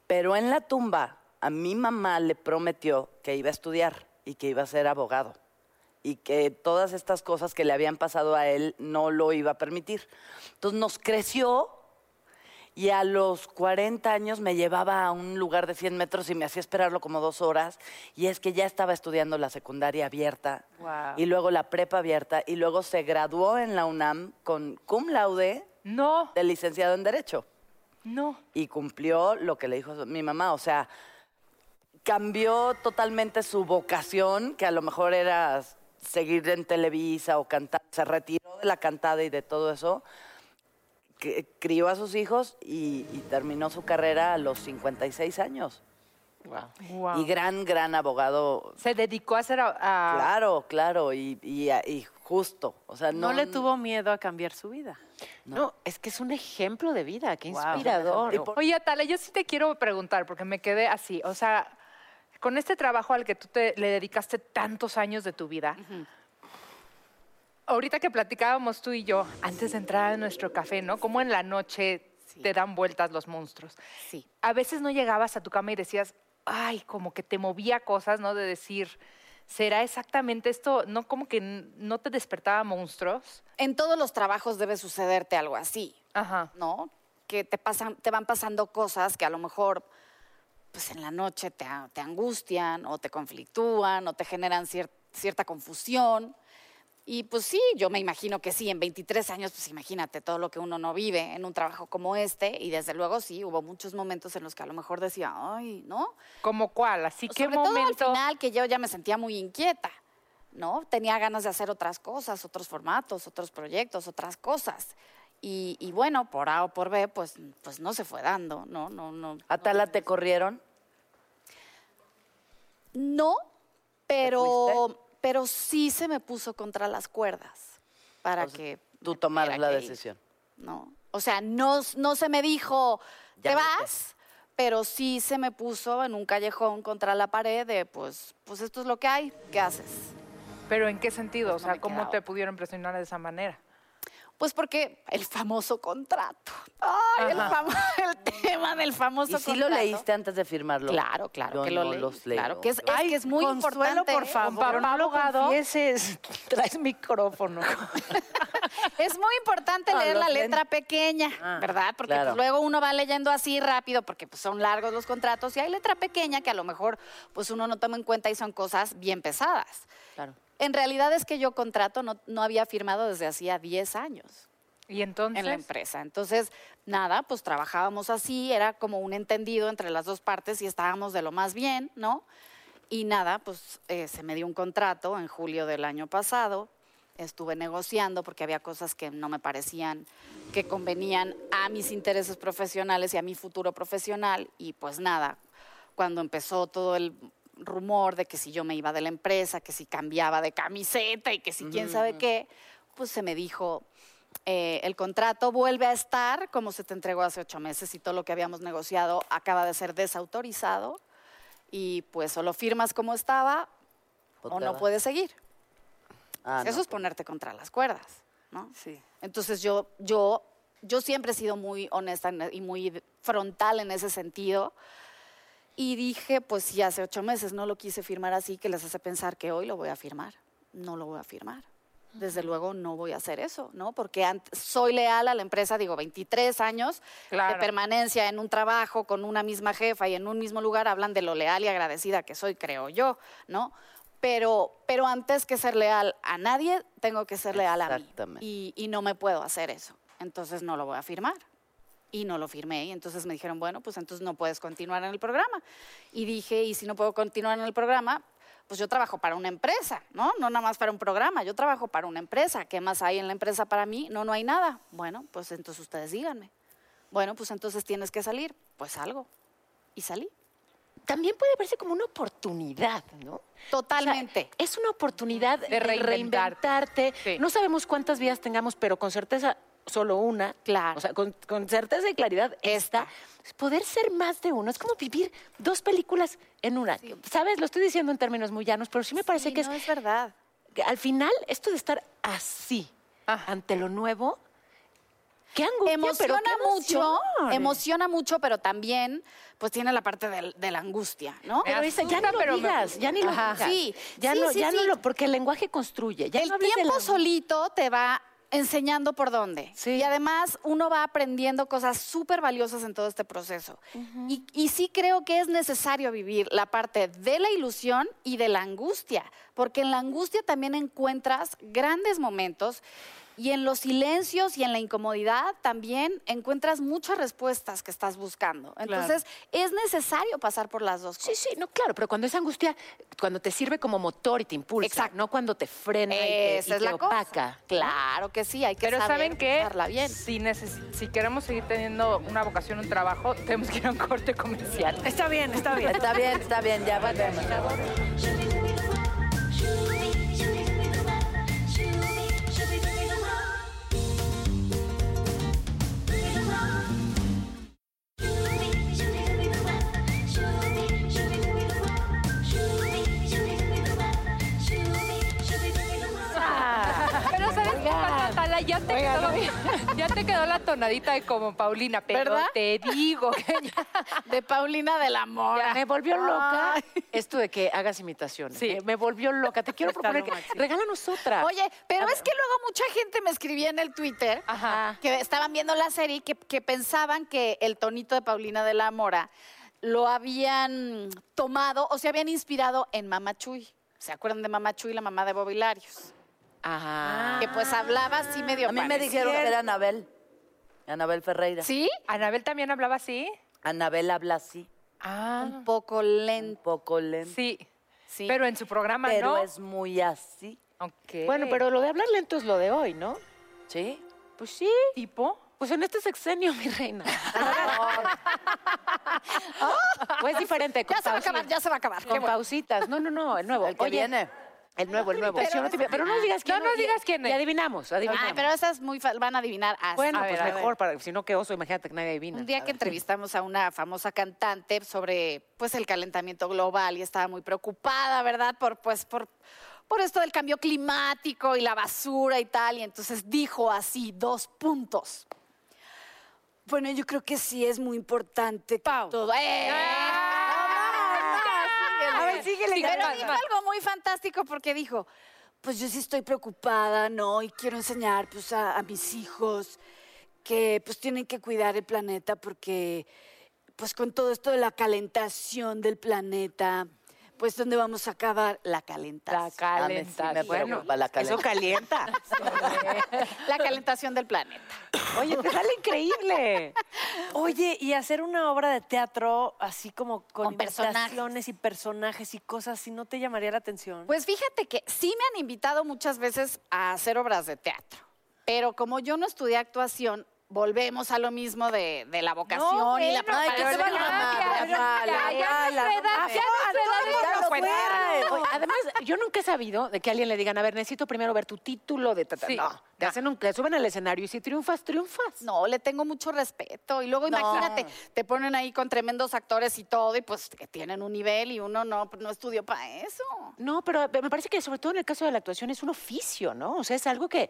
Speaker 7: Pero en la tumba, a mi mamá le prometió que iba a estudiar y que iba a ser abogado. Y que todas estas cosas que le habían pasado a él no lo iba a permitir. Entonces nos creció y a los 40 años me llevaba a un lugar de 100 metros y me hacía esperarlo como dos horas. Y es que ya estaba estudiando la secundaria abierta y luego la prepa abierta y luego se graduó en la UNAM con cum laude
Speaker 8: No,
Speaker 7: de licenciado en Derecho
Speaker 8: no.
Speaker 7: y cumplió lo que le dijo mi mamá. O sea, cambió totalmente su vocación, que a lo mejor era seguir en Televisa o cantar. Se retiró de la cantada y de todo eso. que- Crió a sus hijos y, y terminó su carrera a los 56 años.
Speaker 8: Wow.
Speaker 7: Y gran, gran abogado.
Speaker 8: Se dedicó a hacer a, a-
Speaker 7: Claro, claro, y, y- y justo. O sea, no,
Speaker 6: No le tuvo miedo a cambiar su vida.
Speaker 5: No. es que es un ejemplo de vida, qué
Speaker 6: Guau.
Speaker 5: inspirador.
Speaker 7: Y por-
Speaker 8: Oye, Atala, yo sí te quiero preguntar, porque me quedé así. O sea, con este trabajo al que tú te, le dedicaste tantos años de tu vida, ahorita que platicábamos tú y yo, antes de entrar a nuestro café, ¿no? Como en la noche te dan vueltas los monstruos.
Speaker 9: Sí.
Speaker 8: A veces no llegabas a tu cama y decías, ay, como que te movía cosas, ¿no? De decir, ¿será exactamente esto? ¿No como que n- no te despertaba monstruos?
Speaker 9: En todos los trabajos debe sucederte algo así,
Speaker 8: Ajá.
Speaker 9: ¿no? Que te, pasan, te van pasando cosas que a lo mejor pues en la noche te, a- te angustian o te conflictúan o te generan cier- cierta confusión. Y pues sí, yo me imagino que sí, en 23 años, pues imagínate todo lo que uno no vive en un trabajo como este. Y desde luego sí, hubo muchos momentos en los que a lo mejor decía, ay, ¿no?
Speaker 8: ¿Como cuál? Así que
Speaker 9: Sobre
Speaker 8: momento.
Speaker 9: todo al final que yo ya me sentía muy inquieta, ¿no? Tenía ganas de hacer otras cosas, otros formatos, otros proyectos, otras cosas. Y, y bueno, por A o por B, pues, pues no se fue dando, ¿no? No, no,
Speaker 7: ¿Atala te corrieron?
Speaker 9: no
Speaker 7: fuiste?
Speaker 9: pero, pero sí se me puso contra las cuerdas para
Speaker 7: O sea,
Speaker 9: que...
Speaker 7: Tú
Speaker 9: me
Speaker 7: tomaras
Speaker 9: tuviera
Speaker 7: la
Speaker 9: que ir,
Speaker 7: decisión.
Speaker 9: ¿no? O sea, no, no se me dijo,
Speaker 7: Ya
Speaker 9: te
Speaker 7: vete".
Speaker 9: vas, pero sí se me puso en un callejón contra la pared de, pues, pues esto es lo que hay, ¿qué haces?
Speaker 8: ¿Pero en qué sentido?
Speaker 9: Pues
Speaker 8: o
Speaker 9: no
Speaker 8: sea,
Speaker 9: me
Speaker 8: ¿cómo
Speaker 9: quedaba.
Speaker 8: te pudieron presionar de esa manera?
Speaker 9: Pues porque el famoso contrato. Ay, el,
Speaker 8: Ajá.
Speaker 9: famo- (laughs) el tema del famoso
Speaker 7: ¿Y
Speaker 9: contrato.
Speaker 7: si lo leíste antes de firmarlo?
Speaker 9: Claro, claro
Speaker 7: Yo
Speaker 9: que lo
Speaker 7: no
Speaker 9: leí,
Speaker 7: los leo.
Speaker 9: Claro que es, es
Speaker 6: Ay,
Speaker 9: que es muy
Speaker 6: Consuelo,
Speaker 9: importante.
Speaker 6: por
Speaker 9: ¿eh?
Speaker 6: favor,
Speaker 8: papá
Speaker 6: no lo
Speaker 8: abogado.
Speaker 6: confieses. Traes micrófono.
Speaker 9: Es muy
Speaker 7: (laughs)
Speaker 9: importante
Speaker 7: No,
Speaker 9: leer
Speaker 7: los
Speaker 9: la
Speaker 7: ven.
Speaker 9: letra pequeña,
Speaker 7: Ah,
Speaker 9: ¿verdad? Porque
Speaker 7: claro.
Speaker 9: pues, luego uno va leyendo así rápido porque pues, son largos los contratos y hay letra pequeña que a lo mejor pues uno no toma en cuenta y son cosas bien pesadas.
Speaker 7: Claro.
Speaker 9: En realidad es que yo contrato no, no había firmado desde hacía 10 años.
Speaker 8: Y entonces.
Speaker 9: en la empresa. Entonces, nada, pues trabajábamos así, era como un entendido entre las dos partes y estábamos de lo más bien, ¿no? Y nada, pues eh, se me dio un contrato en julio del año pasado, estuve negociando porque había cosas que no me parecían que convenían a mis intereses profesionales y a mi futuro profesional y pues nada, cuando empezó todo el rumor de que si yo me iba de la empresa, que si cambiaba de camiseta y que si quién sabe qué, pues se me dijo, eh, el contrato vuelve a estar como se te entregó hace ocho meses y todo lo que habíamos negociado acaba de ser desautorizado y pues o lo firmas como estaba o
Speaker 7: te
Speaker 9: no
Speaker 7: vas.
Speaker 9: puedes seguir.
Speaker 7: Ah,
Speaker 9: Eso
Speaker 7: no.
Speaker 9: es ponerte contra las cuerdas, ¿no?
Speaker 6: Sí.
Speaker 9: Entonces yo, yo, yo siempre he sido muy honesta en- e, y muy frontal en ese sentido. Y dije, pues sí, hace ocho meses no lo quise firmar así, que les hace pensar que hoy lo voy a firmar. No lo voy a firmar. Desde luego no voy a hacer eso, ¿no? Porque ant- soy leal a la empresa, digo, 23 años
Speaker 8: Claro.
Speaker 9: de permanencia en un trabajo con una misma jefa y en un mismo lugar, hablan de lo leal y agradecida que soy, creo yo, ¿no? Pero, pero antes que ser leal a nadie, tengo que ser leal a mí.
Speaker 7: Exactamente.
Speaker 9: Y, y no me puedo hacer eso. Entonces no lo voy a firmar. Y no lo firmé. Y entonces me dijeron, bueno, pues entonces no puedes continuar en el programa. Y dije, y si no puedo continuar en el programa, pues yo trabajo para una empresa, ¿no? No nada más para un programa, yo trabajo para una empresa. ¿Qué más hay en la empresa para mí? No, no hay nada. Bueno, pues entonces ustedes díganme. Bueno, pues entonces tienes que salir. Pues salgo. Y salí.
Speaker 5: También puede verse como una oportunidad, ¿no?
Speaker 9: Totalmente.
Speaker 5: O sea, es una oportunidad de,
Speaker 8: reinventarte.
Speaker 5: reinventarte.
Speaker 8: Sí.
Speaker 5: No sabemos cuántas vías tengamos, pero con certeza
Speaker 7: pues.
Speaker 5: solo una.
Speaker 9: Claro.
Speaker 5: O sea, con, con certeza y claridad esta. es Poder ser más de uno. Es como vivir dos películas en una. ¿Sabes? Lo estoy diciendo en términos muy llanos, pero sí me parece
Speaker 9: Sí,
Speaker 5: que
Speaker 9: no,
Speaker 5: es
Speaker 9: es verdad.
Speaker 5: que al final esto de estar así
Speaker 9: Ah.
Speaker 8: Ajá.
Speaker 5: ante lo nuevo, qué angustia,
Speaker 9: emociona
Speaker 5: pero qué
Speaker 9: mucho,
Speaker 5: emoción.
Speaker 9: emociona mucho, pero también pues tiene la parte del- de la angustia, ¿no?
Speaker 8: Me
Speaker 5: Pero dice, ya
Speaker 8: asusta,
Speaker 5: no
Speaker 8: pero
Speaker 5: lo
Speaker 8: me
Speaker 5: digas,
Speaker 8: gusta.
Speaker 5: ya ni lo
Speaker 9: Ajá.
Speaker 5: digas.
Speaker 9: Sí,
Speaker 5: ya
Speaker 9: sí,
Speaker 5: no,
Speaker 9: sí,
Speaker 5: ya no
Speaker 9: sí.
Speaker 5: lo, porque el lenguaje construye. Ya
Speaker 9: el
Speaker 5: no hables de
Speaker 9: tiempo
Speaker 5: la-
Speaker 9: solito te va enseñando por dónde. Y además uno va aprendiendo cosas súper valiosas en todo este proceso. y, y sí creo que es necesario vivir la parte de la ilusión y de la angustia, porque en la angustia también encuentras grandes momentos y en los silencios y en la incomodidad también encuentras muchas respuestas que estás buscando. Entonces es necesario pasar por las dos
Speaker 5: Sí,
Speaker 9: cosas.
Speaker 5: sí, no, claro, pero cuando esa angustia, cuando te sirve como motor y te impulsa,
Speaker 9: Exacto.
Speaker 5: no cuando te frena y te,
Speaker 9: Esa
Speaker 5: y
Speaker 9: es
Speaker 5: te
Speaker 9: la cosa.
Speaker 5: opaca.
Speaker 9: Claro que sí, hay que
Speaker 8: Pero
Speaker 9: saber
Speaker 8: ¿saben qué?
Speaker 9: pasarla bien.
Speaker 8: Si, neces- si queremos seguir teniendo una vocación, un trabajo, (laughs) tenemos que ir a un corte comercial.
Speaker 6: Está bien, está
Speaker 5: (laughs)
Speaker 6: bien.
Speaker 7: Está bien, está bien, ya volvemos.
Speaker 8: Pero ¿sabes qué pasa, Tala? ya te, quedó, ya te quedó la tonadita de como Paulina, pero
Speaker 9: ¿Verdad?
Speaker 8: te digo que ya-
Speaker 9: De Paulina de la Mora.
Speaker 5: Me volvió loca
Speaker 9: Ay.
Speaker 5: esto de que hagas imitaciones.
Speaker 8: Sí.
Speaker 5: Me, me volvió loca. Te
Speaker 9: (laughs)
Speaker 5: quiero
Speaker 6: Está
Speaker 5: proponer
Speaker 6: lo
Speaker 5: que...
Speaker 6: máximo.
Speaker 5: Regálanos otra.
Speaker 9: Oye, pero es que luego mucha gente me escribía en el Twitter
Speaker 8: Ajá.
Speaker 9: que estaban viendo la serie y que, que pensaban que el tonito de Paulina de la Mora lo habían tomado o se habían inspirado en Mama Chuy. ¿Se acuerdan de Mama Chuy, la mamá de Bobilarios?
Speaker 5: Ajá.
Speaker 9: Que pues hablaba así medio
Speaker 7: Ah. A mí me
Speaker 9: parecido.
Speaker 7: dijeron que era Anabel. Anabel Ferreira.
Speaker 9: ¿Sí?
Speaker 8: (laughs) Anabel también hablaba así.
Speaker 7: Anabel habla así,
Speaker 8: Ah,
Speaker 9: Un poco
Speaker 7: un
Speaker 9: lento.
Speaker 7: poco lento,
Speaker 8: sí.
Speaker 9: Sí.
Speaker 8: Pero en su programa
Speaker 7: pero
Speaker 8: no.
Speaker 7: es muy así.
Speaker 8: Ok.
Speaker 5: Bueno, pero lo de hablar lento es lo de hoy, ¿no?
Speaker 7: ¿Sí?
Speaker 5: Pues sí.
Speaker 8: tipo.
Speaker 5: Pues en este sexenio, mi reina.
Speaker 9: (laughs)
Speaker 5: pues es diferente.
Speaker 9: ya
Speaker 5: con
Speaker 9: se va a
Speaker 5: pausitas.
Speaker 9: acabar, ya se va a acabar.
Speaker 5: Con pausitas. No, no, no, el nuevo.
Speaker 7: El que
Speaker 5: Oye,
Speaker 7: viene.
Speaker 5: El nuevo, el nuevo. Sí, no te- Pero, no digas quién
Speaker 8: No, no
Speaker 5: y-
Speaker 8: digas quién es.
Speaker 5: Y adivinamos, adivinamos.
Speaker 9: Ay, Ah, pero esas muy fa- van a adivinar así.
Speaker 5: Bueno,
Speaker 9: A ver,
Speaker 5: pues
Speaker 9: a ver.
Speaker 5: mejor, para, si no, qué oso, imagínate que nadie adivina.
Speaker 9: Un día que entrevistamos a una famosa cantante sobre pues el calentamiento global y estaba muy preocupada, ¿verdad? Por pues por por esto del cambio climático y la basura y tal, y entonces dijo así dos puntos. Bueno, yo creo que sí es muy importante que todo. ¡Eh! (laughs)
Speaker 8: Ah,
Speaker 9: A
Speaker 8: a ver, síguele,
Speaker 9: Pero
Speaker 8: Carmen.
Speaker 9: dijo algo muy fantástico porque dijo, pues yo sí estoy preocupada, ¿no? Y quiero enseñar pues a, a mis hijos que pues tienen que cuidar el planeta porque pues con todo esto de la calentación del planeta, pues ¿dónde vamos a acabar? La calentación.
Speaker 7: Ah, me- sí me preocupa la
Speaker 5: Eso
Speaker 7: calenta.
Speaker 5: calienta.
Speaker 9: la calentación del planeta.
Speaker 5: Oye, te sale increíble.
Speaker 6: Oye, y hacer una obra de teatro así como con,
Speaker 9: Con personajes.
Speaker 6: imitaciones y personajes y cosas, ¿sí no te llamaría la atención?
Speaker 9: Pues fíjate que sí me han invitado muchas veces a hacer obras de teatro, pero como yo no estudié actuación, volvemos a lo mismo de, de la vocación
Speaker 8: No,
Speaker 9: y
Speaker 8: bueno,
Speaker 9: la preparación.
Speaker 7: Ay, que se valga
Speaker 8: Verónica,
Speaker 7: madre,
Speaker 8: Verónica,
Speaker 7: avala,
Speaker 8: ya no
Speaker 7: avala,
Speaker 8: es verdad, ya no
Speaker 7: no
Speaker 8: es verdad,
Speaker 7: mames.
Speaker 8: ya no
Speaker 7: Ya lo
Speaker 8: cuenta.
Speaker 7: fue.
Speaker 5: pues. Oye, Además, yo nunca he sabido de que a alguien le digan, a ver, necesito primero ver tu título de... ta, ta".
Speaker 8: Sí.
Speaker 5: No, te, hacen un, te suben al escenario y si triunfas, triunfas.
Speaker 9: No, le tengo mucho respeto. Y luego
Speaker 7: No.
Speaker 9: imagínate, te ponen ahí con tremendos actores y todo, y pues que tienen un nivel y uno no, no estudió para eso.
Speaker 5: No, pero me parece que sobre todo en el caso de la actuación es un oficio, ¿no? O sea, es algo que,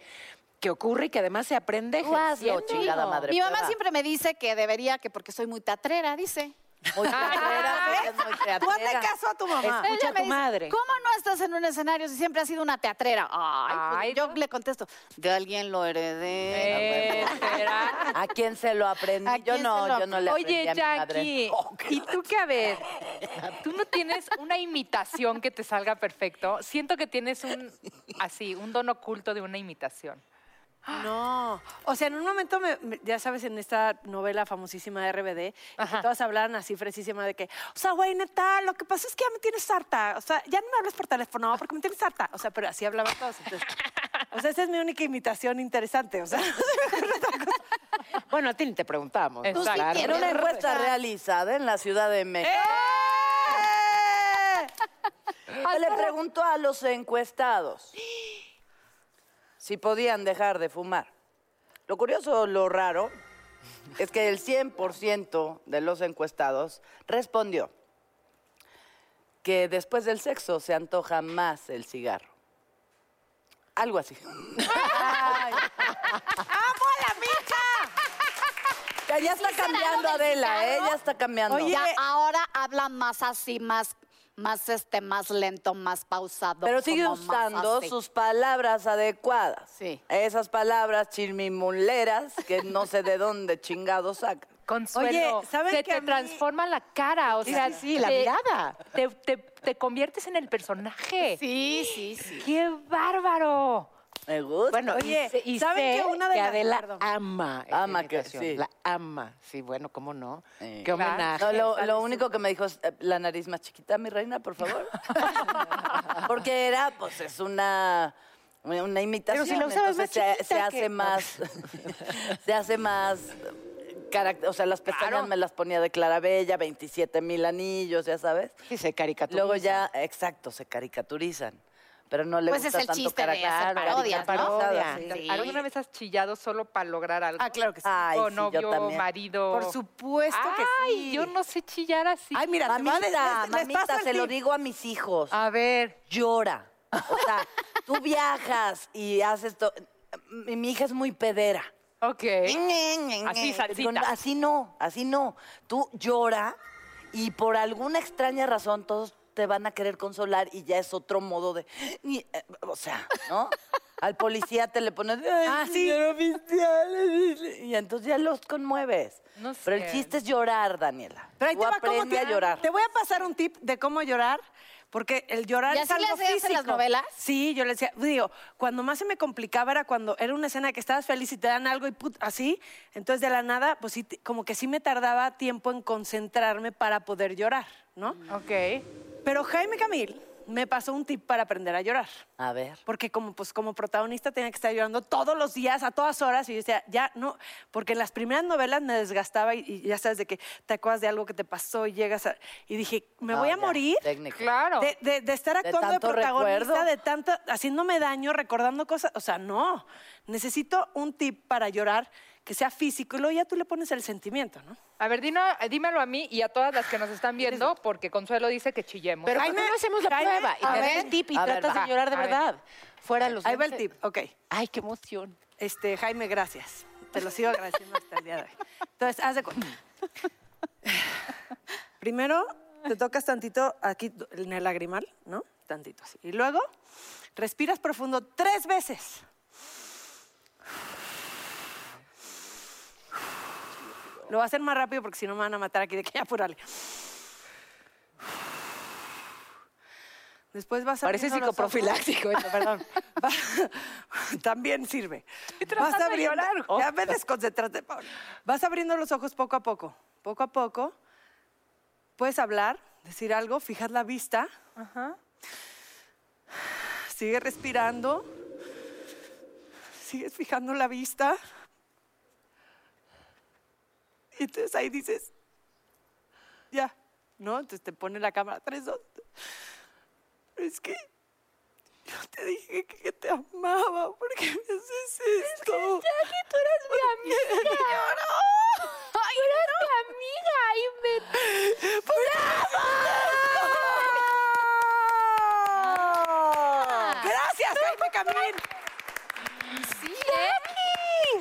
Speaker 5: que ocurre y que además se aprende
Speaker 7: Tú hazlo,
Speaker 5: ejerciendo.
Speaker 7: chingada madre.
Speaker 9: Mi mamá
Speaker 7: prueba.
Speaker 9: siempre me dice que debería, que porque soy muy tatrera, dice.
Speaker 7: Muy teatrera,
Speaker 9: ¿ves?
Speaker 7: es muy
Speaker 6: Tú hazle
Speaker 7: teatrera.
Speaker 6: caso a tu mamá.
Speaker 5: Escucha
Speaker 9: Ella
Speaker 5: a
Speaker 9: me
Speaker 5: tu
Speaker 9: dice,
Speaker 5: madre.
Speaker 9: ¿Cómo no estás en un escenario si siempre has sido una teatrera? Ay,
Speaker 8: Ay,
Speaker 9: pues, yo
Speaker 8: no.
Speaker 9: le contesto, de alguien lo heredé.
Speaker 8: Eh, ¿será?
Speaker 7: ¿A quién se lo aprendí?
Speaker 9: ¿A
Speaker 7: Yo
Speaker 9: quién se lo
Speaker 7: no, yo no le aprendí
Speaker 8: Oye,
Speaker 7: a mi madre.
Speaker 8: Jackie, ¿y tú qué a ver? ¿Tú no tienes una imitación que te salga perfecto? Siento que tienes un, así, un don oculto de una imitación.
Speaker 6: No. O sea, en un momento, me- me- ya sabes, en esta novela famosísima de RBD, que todas hablaban así fresísima de que, o sea, güey, neta, lo que pasa es que ya me tienes harta. O sea, ya no me hablas por teléfono porque me tienes harta. O sea, pero así hablaban todos. entonces, o sea, esa es mi única imitación interesante. O sea,
Speaker 5: Bueno, a ti ni te preguntamos.
Speaker 8: Tú sí
Speaker 5: Claro.
Speaker 7: En una encuesta realizada en la Ciudad de México.
Speaker 9: ¡Eh!
Speaker 7: Se Le preguntó a los encuestados si podían dejar de fumar. Lo curioso, lo raro, es que el 100% de los encuestados respondió que después del sexo se antoja más el cigarro. Algo así. Ya, ya está cambiando
Speaker 9: del
Speaker 7: Adela, ¿eh?
Speaker 9: cigarro?
Speaker 7: Ya está cambiando.
Speaker 9: Ya ahora habla más así, más, más este, más lento, más pausado.
Speaker 7: Pero sigue
Speaker 9: como más
Speaker 7: usando
Speaker 9: así.
Speaker 7: sus palabras adecuadas.
Speaker 9: Sí.
Speaker 7: Esas palabras chilmimuleras que no sé de dónde chingado saca.
Speaker 8: Consuelo,
Speaker 6: Oye, ¿saben
Speaker 8: se
Speaker 6: que
Speaker 8: te
Speaker 6: a mí-
Speaker 8: transforma la cara, o sea,
Speaker 5: sí, sí, la
Speaker 8: te-
Speaker 5: mirada.
Speaker 8: Te, te- te conviertes en el personaje.
Speaker 9: Sí, sí, sí.
Speaker 8: ¡Qué bárbaro!
Speaker 7: Me gusta.
Speaker 5: Bueno,
Speaker 6: Oye,
Speaker 5: y, sé- y
Speaker 6: ¿saben
Speaker 5: sé
Speaker 6: que una de las-
Speaker 5: Adela
Speaker 6: perdón.
Speaker 5: ama esa
Speaker 7: Ama que-
Speaker 5: imitación,
Speaker 7: sí.
Speaker 5: La ama. Sí, bueno, ¿cómo no?
Speaker 7: Eh.
Speaker 5: Qué homenaje.
Speaker 7: No, lo, lo único que me dijo es eh, la nariz más chiquita, mi reina, por favor. (laughs) Porque era, pues, es una una imitación.
Speaker 5: Pero si la usabas
Speaker 7: entonces
Speaker 5: más
Speaker 7: se, se
Speaker 5: chiquita, ¿qué?
Speaker 7: hace más, (laughs) se hace más eh, caract- o sea, las pestañas me las ponía de Clarabella, 27 mil anillos, ya sabes.
Speaker 5: Sí, se caricaturiza.
Speaker 7: Luego ya, exacto, se caricaturizan. Pero no le
Speaker 9: Pues es
Speaker 7: gusta
Speaker 9: el
Speaker 7: tanto
Speaker 9: chiste de hacer
Speaker 7: caracar-
Speaker 9: parodias,
Speaker 7: caricatura,
Speaker 9: ¿no?
Speaker 7: parodias, sí.
Speaker 9: Sí.
Speaker 8: ¿Alguna vez has chillado solo para lograr algo?
Speaker 6: ah, claro que sí.
Speaker 7: Ay,
Speaker 8: o
Speaker 7: sí,
Speaker 8: novio,
Speaker 7: yo también.
Speaker 8: marido.
Speaker 6: Por supuesto que sí.
Speaker 8: Oh. Ay, yo no sé chillar así.
Speaker 6: Ay, mira, te va a- les-
Speaker 7: Mamita,
Speaker 6: les- les paso
Speaker 7: mamita,
Speaker 6: el
Speaker 7: se lo
Speaker 6: tip.
Speaker 7: digo a mis hijos.
Speaker 8: a ver.
Speaker 7: llora. O sea, tú viajas y haces todo. mi, mi hija es muy pedera.
Speaker 8: Ok.
Speaker 6: Eh,
Speaker 7: Así, así no, así no. Tú llora y por alguna extraña razón todos te van a querer consolar y ya es otro modo de... ni- eh, O sea, ¿no? Al policía te le pones... Ah, sí. Y entonces ya los conmueves.
Speaker 8: No sé.
Speaker 7: Pero el chiste es llorar, Daniela.
Speaker 6: Pero ahí
Speaker 7: Tú
Speaker 6: te va cómo
Speaker 7: aprende
Speaker 6: te-
Speaker 7: a llorar.
Speaker 6: Te voy a pasar un tip de cómo llorar, porque el llorar
Speaker 9: ¿Y
Speaker 6: es
Speaker 9: así le
Speaker 6: algo
Speaker 9: hacías en
Speaker 6: físico.
Speaker 9: las novelas?
Speaker 6: Sí, yo le decía, digo, cuando más se me complicaba era cuando era una escena que estabas feliz y te dan algo y put- así, entonces de la nada, pues sí, te- como que sí me tardaba tiempo en concentrarme para poder llorar, ¿no?
Speaker 9: Mm.
Speaker 8: Ok.
Speaker 6: Pero Jaime Camil me pasó un tip para aprender a llorar.
Speaker 7: A ver.
Speaker 6: Porque como, pues, como protagonista tenía que estar llorando todos los días, a todas horas, y yo decía, ya no, porque en las primeras novelas me desgastaba y, y ya sabes de que te acuerdas de algo que te pasó y llegas a... Y dije, me
Speaker 7: No,
Speaker 6: voy a
Speaker 7: Ah, ya,
Speaker 6: morir
Speaker 7: técnico.
Speaker 8: Claro.
Speaker 6: de, de- de estar
Speaker 7: De
Speaker 6: actuando de,
Speaker 7: tanto
Speaker 6: protagonista,
Speaker 7: recuerdo.
Speaker 6: de tanto, haciéndome daño, recordando cosas. O sea, no, necesito un tip para llorar que sea físico y luego ya tú le pones el sentimiento, ¿no?
Speaker 8: A ver, dino- dímelo a mí y a todas las que nos están viendo, porque Consuelo dice que chillemos.
Speaker 5: Pero ¿por qué no hacemos la
Speaker 6: Jaime,
Speaker 5: prueba? Y
Speaker 6: a
Speaker 5: te das
Speaker 6: ver,
Speaker 5: el tip y
Speaker 7: a ver,
Speaker 5: tratas
Speaker 8: va,
Speaker 5: de llorar de
Speaker 8: a ver.
Speaker 5: verdad. Fuera los
Speaker 6: Ahí va el
Speaker 5: once-
Speaker 6: tip, ok.
Speaker 5: Ay, qué emoción.
Speaker 6: Este, Jaime, gracias. Te lo sigo agradeciendo hasta el día de hoy. Entonces, haz de
Speaker 5: (laughs)
Speaker 6: cuenta. Primero, te tocas tantito aquí en el lagrimal, ¿no? Tantito así. Y luego, respiras profundo tres veces. Lo voy a hacer más rápido porque si no me van a matar aquí de que ya apurale. Después vas a
Speaker 5: Parece
Speaker 6: (laughs)
Speaker 5: psicoprofiláctico esto, perdón.
Speaker 6: Va- También sirve.
Speaker 8: tratando de llorar,
Speaker 6: Ya me desconcentraste, Paula. Vas abriendo los ojos poco a poco. Poco a poco. Puedes hablar, decir algo, fijar la vista. Sigue respirando. Sigues fijando la vista. Y entonces ahí dices, ya, ¿no? Entonces te pone la cámara, tres, dos. Es que yo te dije que, que te amaba, ¿por qué me haces esto?
Speaker 8: tú eres mi amiga.
Speaker 6: (laughs)
Speaker 8: (laughs) lloro. Ay, eres mi amiga. Ay, me... (laughs)
Speaker 6: Gracias, Jaime Camil.
Speaker 8: Sí, ¿eh?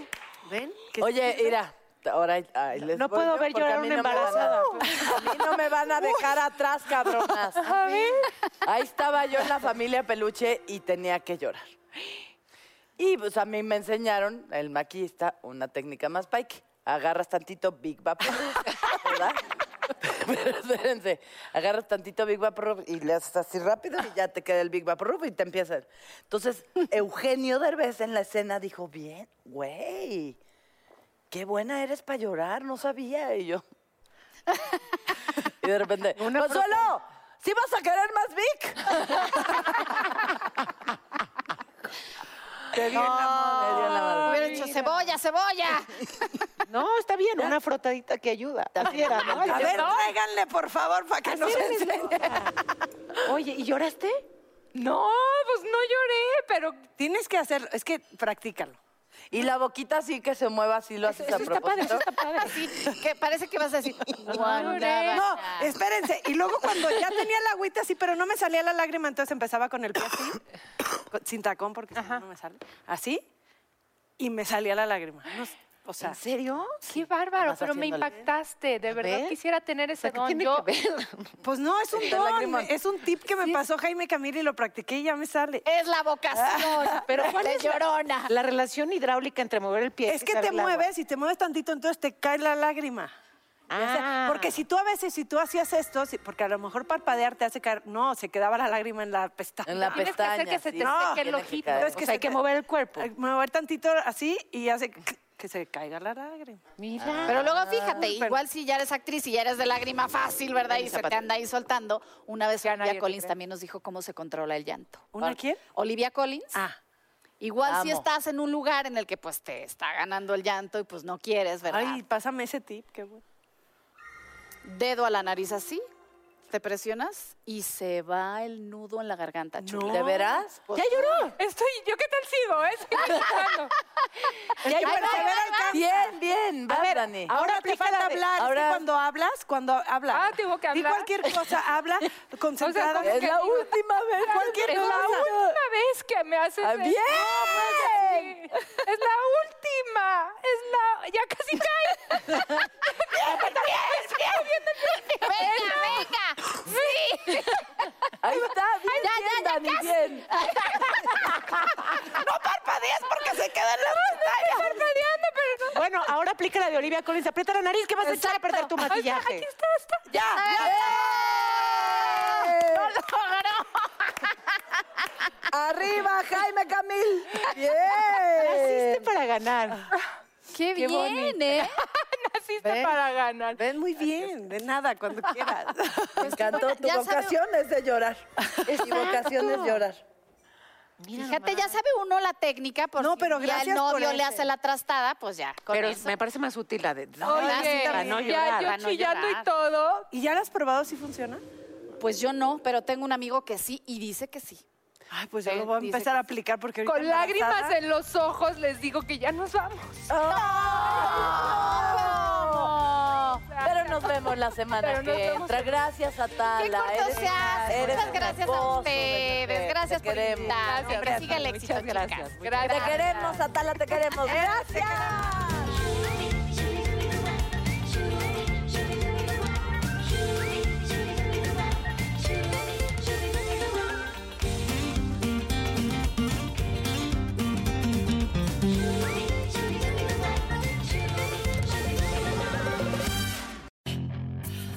Speaker 6: Ven,
Speaker 7: Oye, mira. Ahora, ay, les
Speaker 5: no
Speaker 7: voy
Speaker 5: puedo
Speaker 7: yo
Speaker 5: ver
Speaker 7: porque
Speaker 5: llorar
Speaker 7: a mí
Speaker 5: una
Speaker 7: no me van a-
Speaker 5: embarazada.
Speaker 7: (laughs) A mí no me van a dejar atrás, cabronas. Ahí estaba yo en la familia Peluche y tenía que llorar. Y pues a mí me enseñaron, el maquillista, una técnica más pike. Agarras tantito Big Bap, (laughs) ¿verdad? Pero espérense, agarras tantito Big Bap Rub y le haces así rápido y ya te queda el Big Bap Rub y te empieza. Entonces, Eugenio Derbez en la escena dijo, bien, güey, qué buena eres para llorar, no sabía. Y yo, y de repente, ¡Consuelo! ¡Sí vas a querer más Vic! Te dio en la madre. Te dio en la madre.
Speaker 9: Hubiera dicho cebolla, cebolla.
Speaker 5: No, está bien, una frotadita que ayuda. Así era, ¿no?
Speaker 6: a
Speaker 5: Yo-
Speaker 6: ver, tráiganle, por favor, para que nos enseñe.
Speaker 5: Oye, ¿y lloraste?
Speaker 8: No, pues no lloré, pero
Speaker 6: Tienes que hacerlo, es que practícalo.
Speaker 7: Y la boquita así que se mueva, así lo haces a
Speaker 5: Eso está padre, eso
Speaker 7: propósito.
Speaker 5: está padre.
Speaker 9: Así que parece que vas a decir.
Speaker 8: lloré.
Speaker 6: No, espérense. Y luego cuando ya tenía la agüita así, pero no me salía la lágrima, entonces empezaba con el pie así, (coughs) con- sin tacón, porque si no, no me sale. Así, y me salía la lágrima. No sé, o sea,
Speaker 5: ¿En serio?
Speaker 8: Qué bárbaro,
Speaker 7: Nomás
Speaker 8: pero me
Speaker 7: haciéndole.
Speaker 8: impactaste. De verdad
Speaker 5: ver.
Speaker 8: quisiera tener ese
Speaker 5: ¿Qué
Speaker 8: don.
Speaker 5: tiene
Speaker 8: Yo-
Speaker 5: que ver?
Speaker 6: pues no, es un don, es un tip que me pasó Jaime Camil y lo practiqué y ya me sale.
Speaker 9: Es la vocación.
Speaker 5: (laughs) Pero ¿cuál
Speaker 9: de
Speaker 5: es la-
Speaker 9: llorona.
Speaker 5: La relación hidráulica entre mover el pie.
Speaker 6: Es que
Speaker 5: sabe
Speaker 6: te
Speaker 5: el agua.
Speaker 6: mueves y te mueves tantito, entonces te cae la lágrima. Ya sé,
Speaker 5: Ah.
Speaker 6: Porque si tú a veces, si tú hacías esto, si- porque a lo mejor parpadear te hace caer, no, se quedaba la lágrima en la pestaña.
Speaker 7: En la
Speaker 8: Tienes que
Speaker 7: pestaña.
Speaker 8: hacer que se te
Speaker 7: sí.
Speaker 8: seque el
Speaker 7: Tiene
Speaker 8: ojito.
Speaker 7: caer.
Speaker 6: Entonces,
Speaker 5: O
Speaker 6: que
Speaker 5: sea, hay
Speaker 6: se
Speaker 5: que
Speaker 6: te-
Speaker 5: mover el cuerpo.
Speaker 6: Ay, Mover tantito así y hace c- que se caiga la lágrima.
Speaker 5: Mira.
Speaker 9: Pero luego fíjate, igual si ya eres actriz y ya eres de lágrima fácil, ¿verdad? Y se te
Speaker 5: Zapata.
Speaker 9: anda ahí soltando. Una vez
Speaker 8: Ya nadie
Speaker 9: Olivia
Speaker 8: te
Speaker 9: Collins
Speaker 8: cree.
Speaker 9: también nos dijo cómo se controla el lllanto.
Speaker 6: ¿Una quién?
Speaker 9: Olivia Collins.
Speaker 6: Ah.
Speaker 9: Igual si
Speaker 7: amo.
Speaker 9: estás en un lugar en el que pues te está ganando el llanto y pues no quieres, ¿verdad?
Speaker 6: Ay, pásame ese tip, qué bueno.
Speaker 9: Dedo a la nariz así, te presionas y se va el nudo en la garganta, chula.
Speaker 7: ¿De veras?
Speaker 9: Pues,
Speaker 5: ¡Ya lloró!
Speaker 8: Estoy, ¿yo qué tal sigo? eh? Estoy
Speaker 6: (laughs)
Speaker 8: pensando.
Speaker 6: Ya hay
Speaker 9: ahí va,
Speaker 6: persevera
Speaker 9: ahí va,
Speaker 6: alcanza.
Speaker 7: Bien, bien, vas,
Speaker 6: A ver,
Speaker 7: Dani.
Speaker 6: ahora te
Speaker 5: aplica
Speaker 6: falta
Speaker 5: la de-
Speaker 6: hablar. Es que
Speaker 7: ahora-
Speaker 6: cuando hablas, cuando hablas.
Speaker 8: Ah, ¿tengo que
Speaker 6: Di
Speaker 8: hablar?
Speaker 6: cualquier cosa,
Speaker 8: (laughs)
Speaker 6: habla concentrada.
Speaker 8: ¿cómo Es que la digo?
Speaker 6: última vez. Cualquier
Speaker 8: Es la
Speaker 6: cosa.
Speaker 8: última vez que me haces
Speaker 7: Ah,
Speaker 8: esto.
Speaker 7: ¡Bien!
Speaker 8: güey. Es la última. Es la. Ya casi cae.
Speaker 11: Venga, venga. Sí.
Speaker 7: Ahí está, bien,
Speaker 11: Ya,
Speaker 7: bien,
Speaker 11: ya, ya,
Speaker 7: Dani,
Speaker 11: casi.
Speaker 7: bien.
Speaker 11: (laughs)
Speaker 8: Parpadeando, pero no.
Speaker 5: Bueno, ahora aplica la de Olivia Collins. Aprieta la nariz que vas a echar a perder tu maquillaje.
Speaker 8: Aquí está, está.
Speaker 7: ¡Ya!
Speaker 11: ¡No
Speaker 7: ¡Ya!
Speaker 11: lo logró!
Speaker 7: ¡Arriba, Jaime Camil!
Speaker 5: Naciste
Speaker 7: ¡Bien!
Speaker 5: para ganar.
Speaker 11: ¡Qué, bien, eh!
Speaker 8: Naciste para ganar.
Speaker 12: Ven muy bien, de nada, cuando
Speaker 7: (laughs)
Speaker 12: quieras.
Speaker 7: Me encantó. Tu
Speaker 11: ya sabe-
Speaker 7: vocación es de llorar. Tu vocación es llorar.
Speaker 9: Fíjate, ya sabe uno la técnica, porque
Speaker 12: No, pero
Speaker 9: ya el
Speaker 12: gracias por
Speaker 9: novio le
Speaker 12: ese.
Speaker 9: hace la trastada, pues ya, con
Speaker 5: Pero
Speaker 9: eso.
Speaker 5: me parece más útil la de. No,
Speaker 8: Oye,
Speaker 5: para no
Speaker 8: ya
Speaker 5: llorar.
Speaker 8: yo
Speaker 9: para no
Speaker 8: chillando y
Speaker 9: llorar.
Speaker 8: todo.
Speaker 12: ¿Y ya la has probado si funciona?
Speaker 9: Pues yo no, pero tengo un amigo que sí y dice que sí.
Speaker 12: Ay, pues ya
Speaker 9: Sí,
Speaker 12: lo voy a
Speaker 9: dice
Speaker 12: empezar
Speaker 9: que
Speaker 12: a aplicar porque ahorita
Speaker 8: Con lágrimas
Speaker 12: embarazada-
Speaker 8: en los ojos les digo que ya nos vamos.
Speaker 7: ¡Oh! Pero nos vemos la semana
Speaker 8: Pero nos
Speaker 7: que
Speaker 8: vemos
Speaker 7: entra. Gracias,
Speaker 9: Qué
Speaker 7: Atala.
Speaker 9: corto
Speaker 7: Eres
Speaker 9: se hace.
Speaker 7: una- eres
Speaker 9: Muchas
Speaker 7: una
Speaker 9: gracias a
Speaker 7: esposa,
Speaker 9: ustedes.
Speaker 7: Te
Speaker 9: Gracias por
Speaker 7: queremos.
Speaker 6: Ah,
Speaker 9: invitarme. Hombre,
Speaker 5: Gracias,
Speaker 9: siga el
Speaker 5: muchas
Speaker 9: éxito,
Speaker 5: gracias.
Speaker 9: chicas.
Speaker 7: Te
Speaker 8: Gracias.
Speaker 7: queremos, Atala, te queremos. ¡Gracias!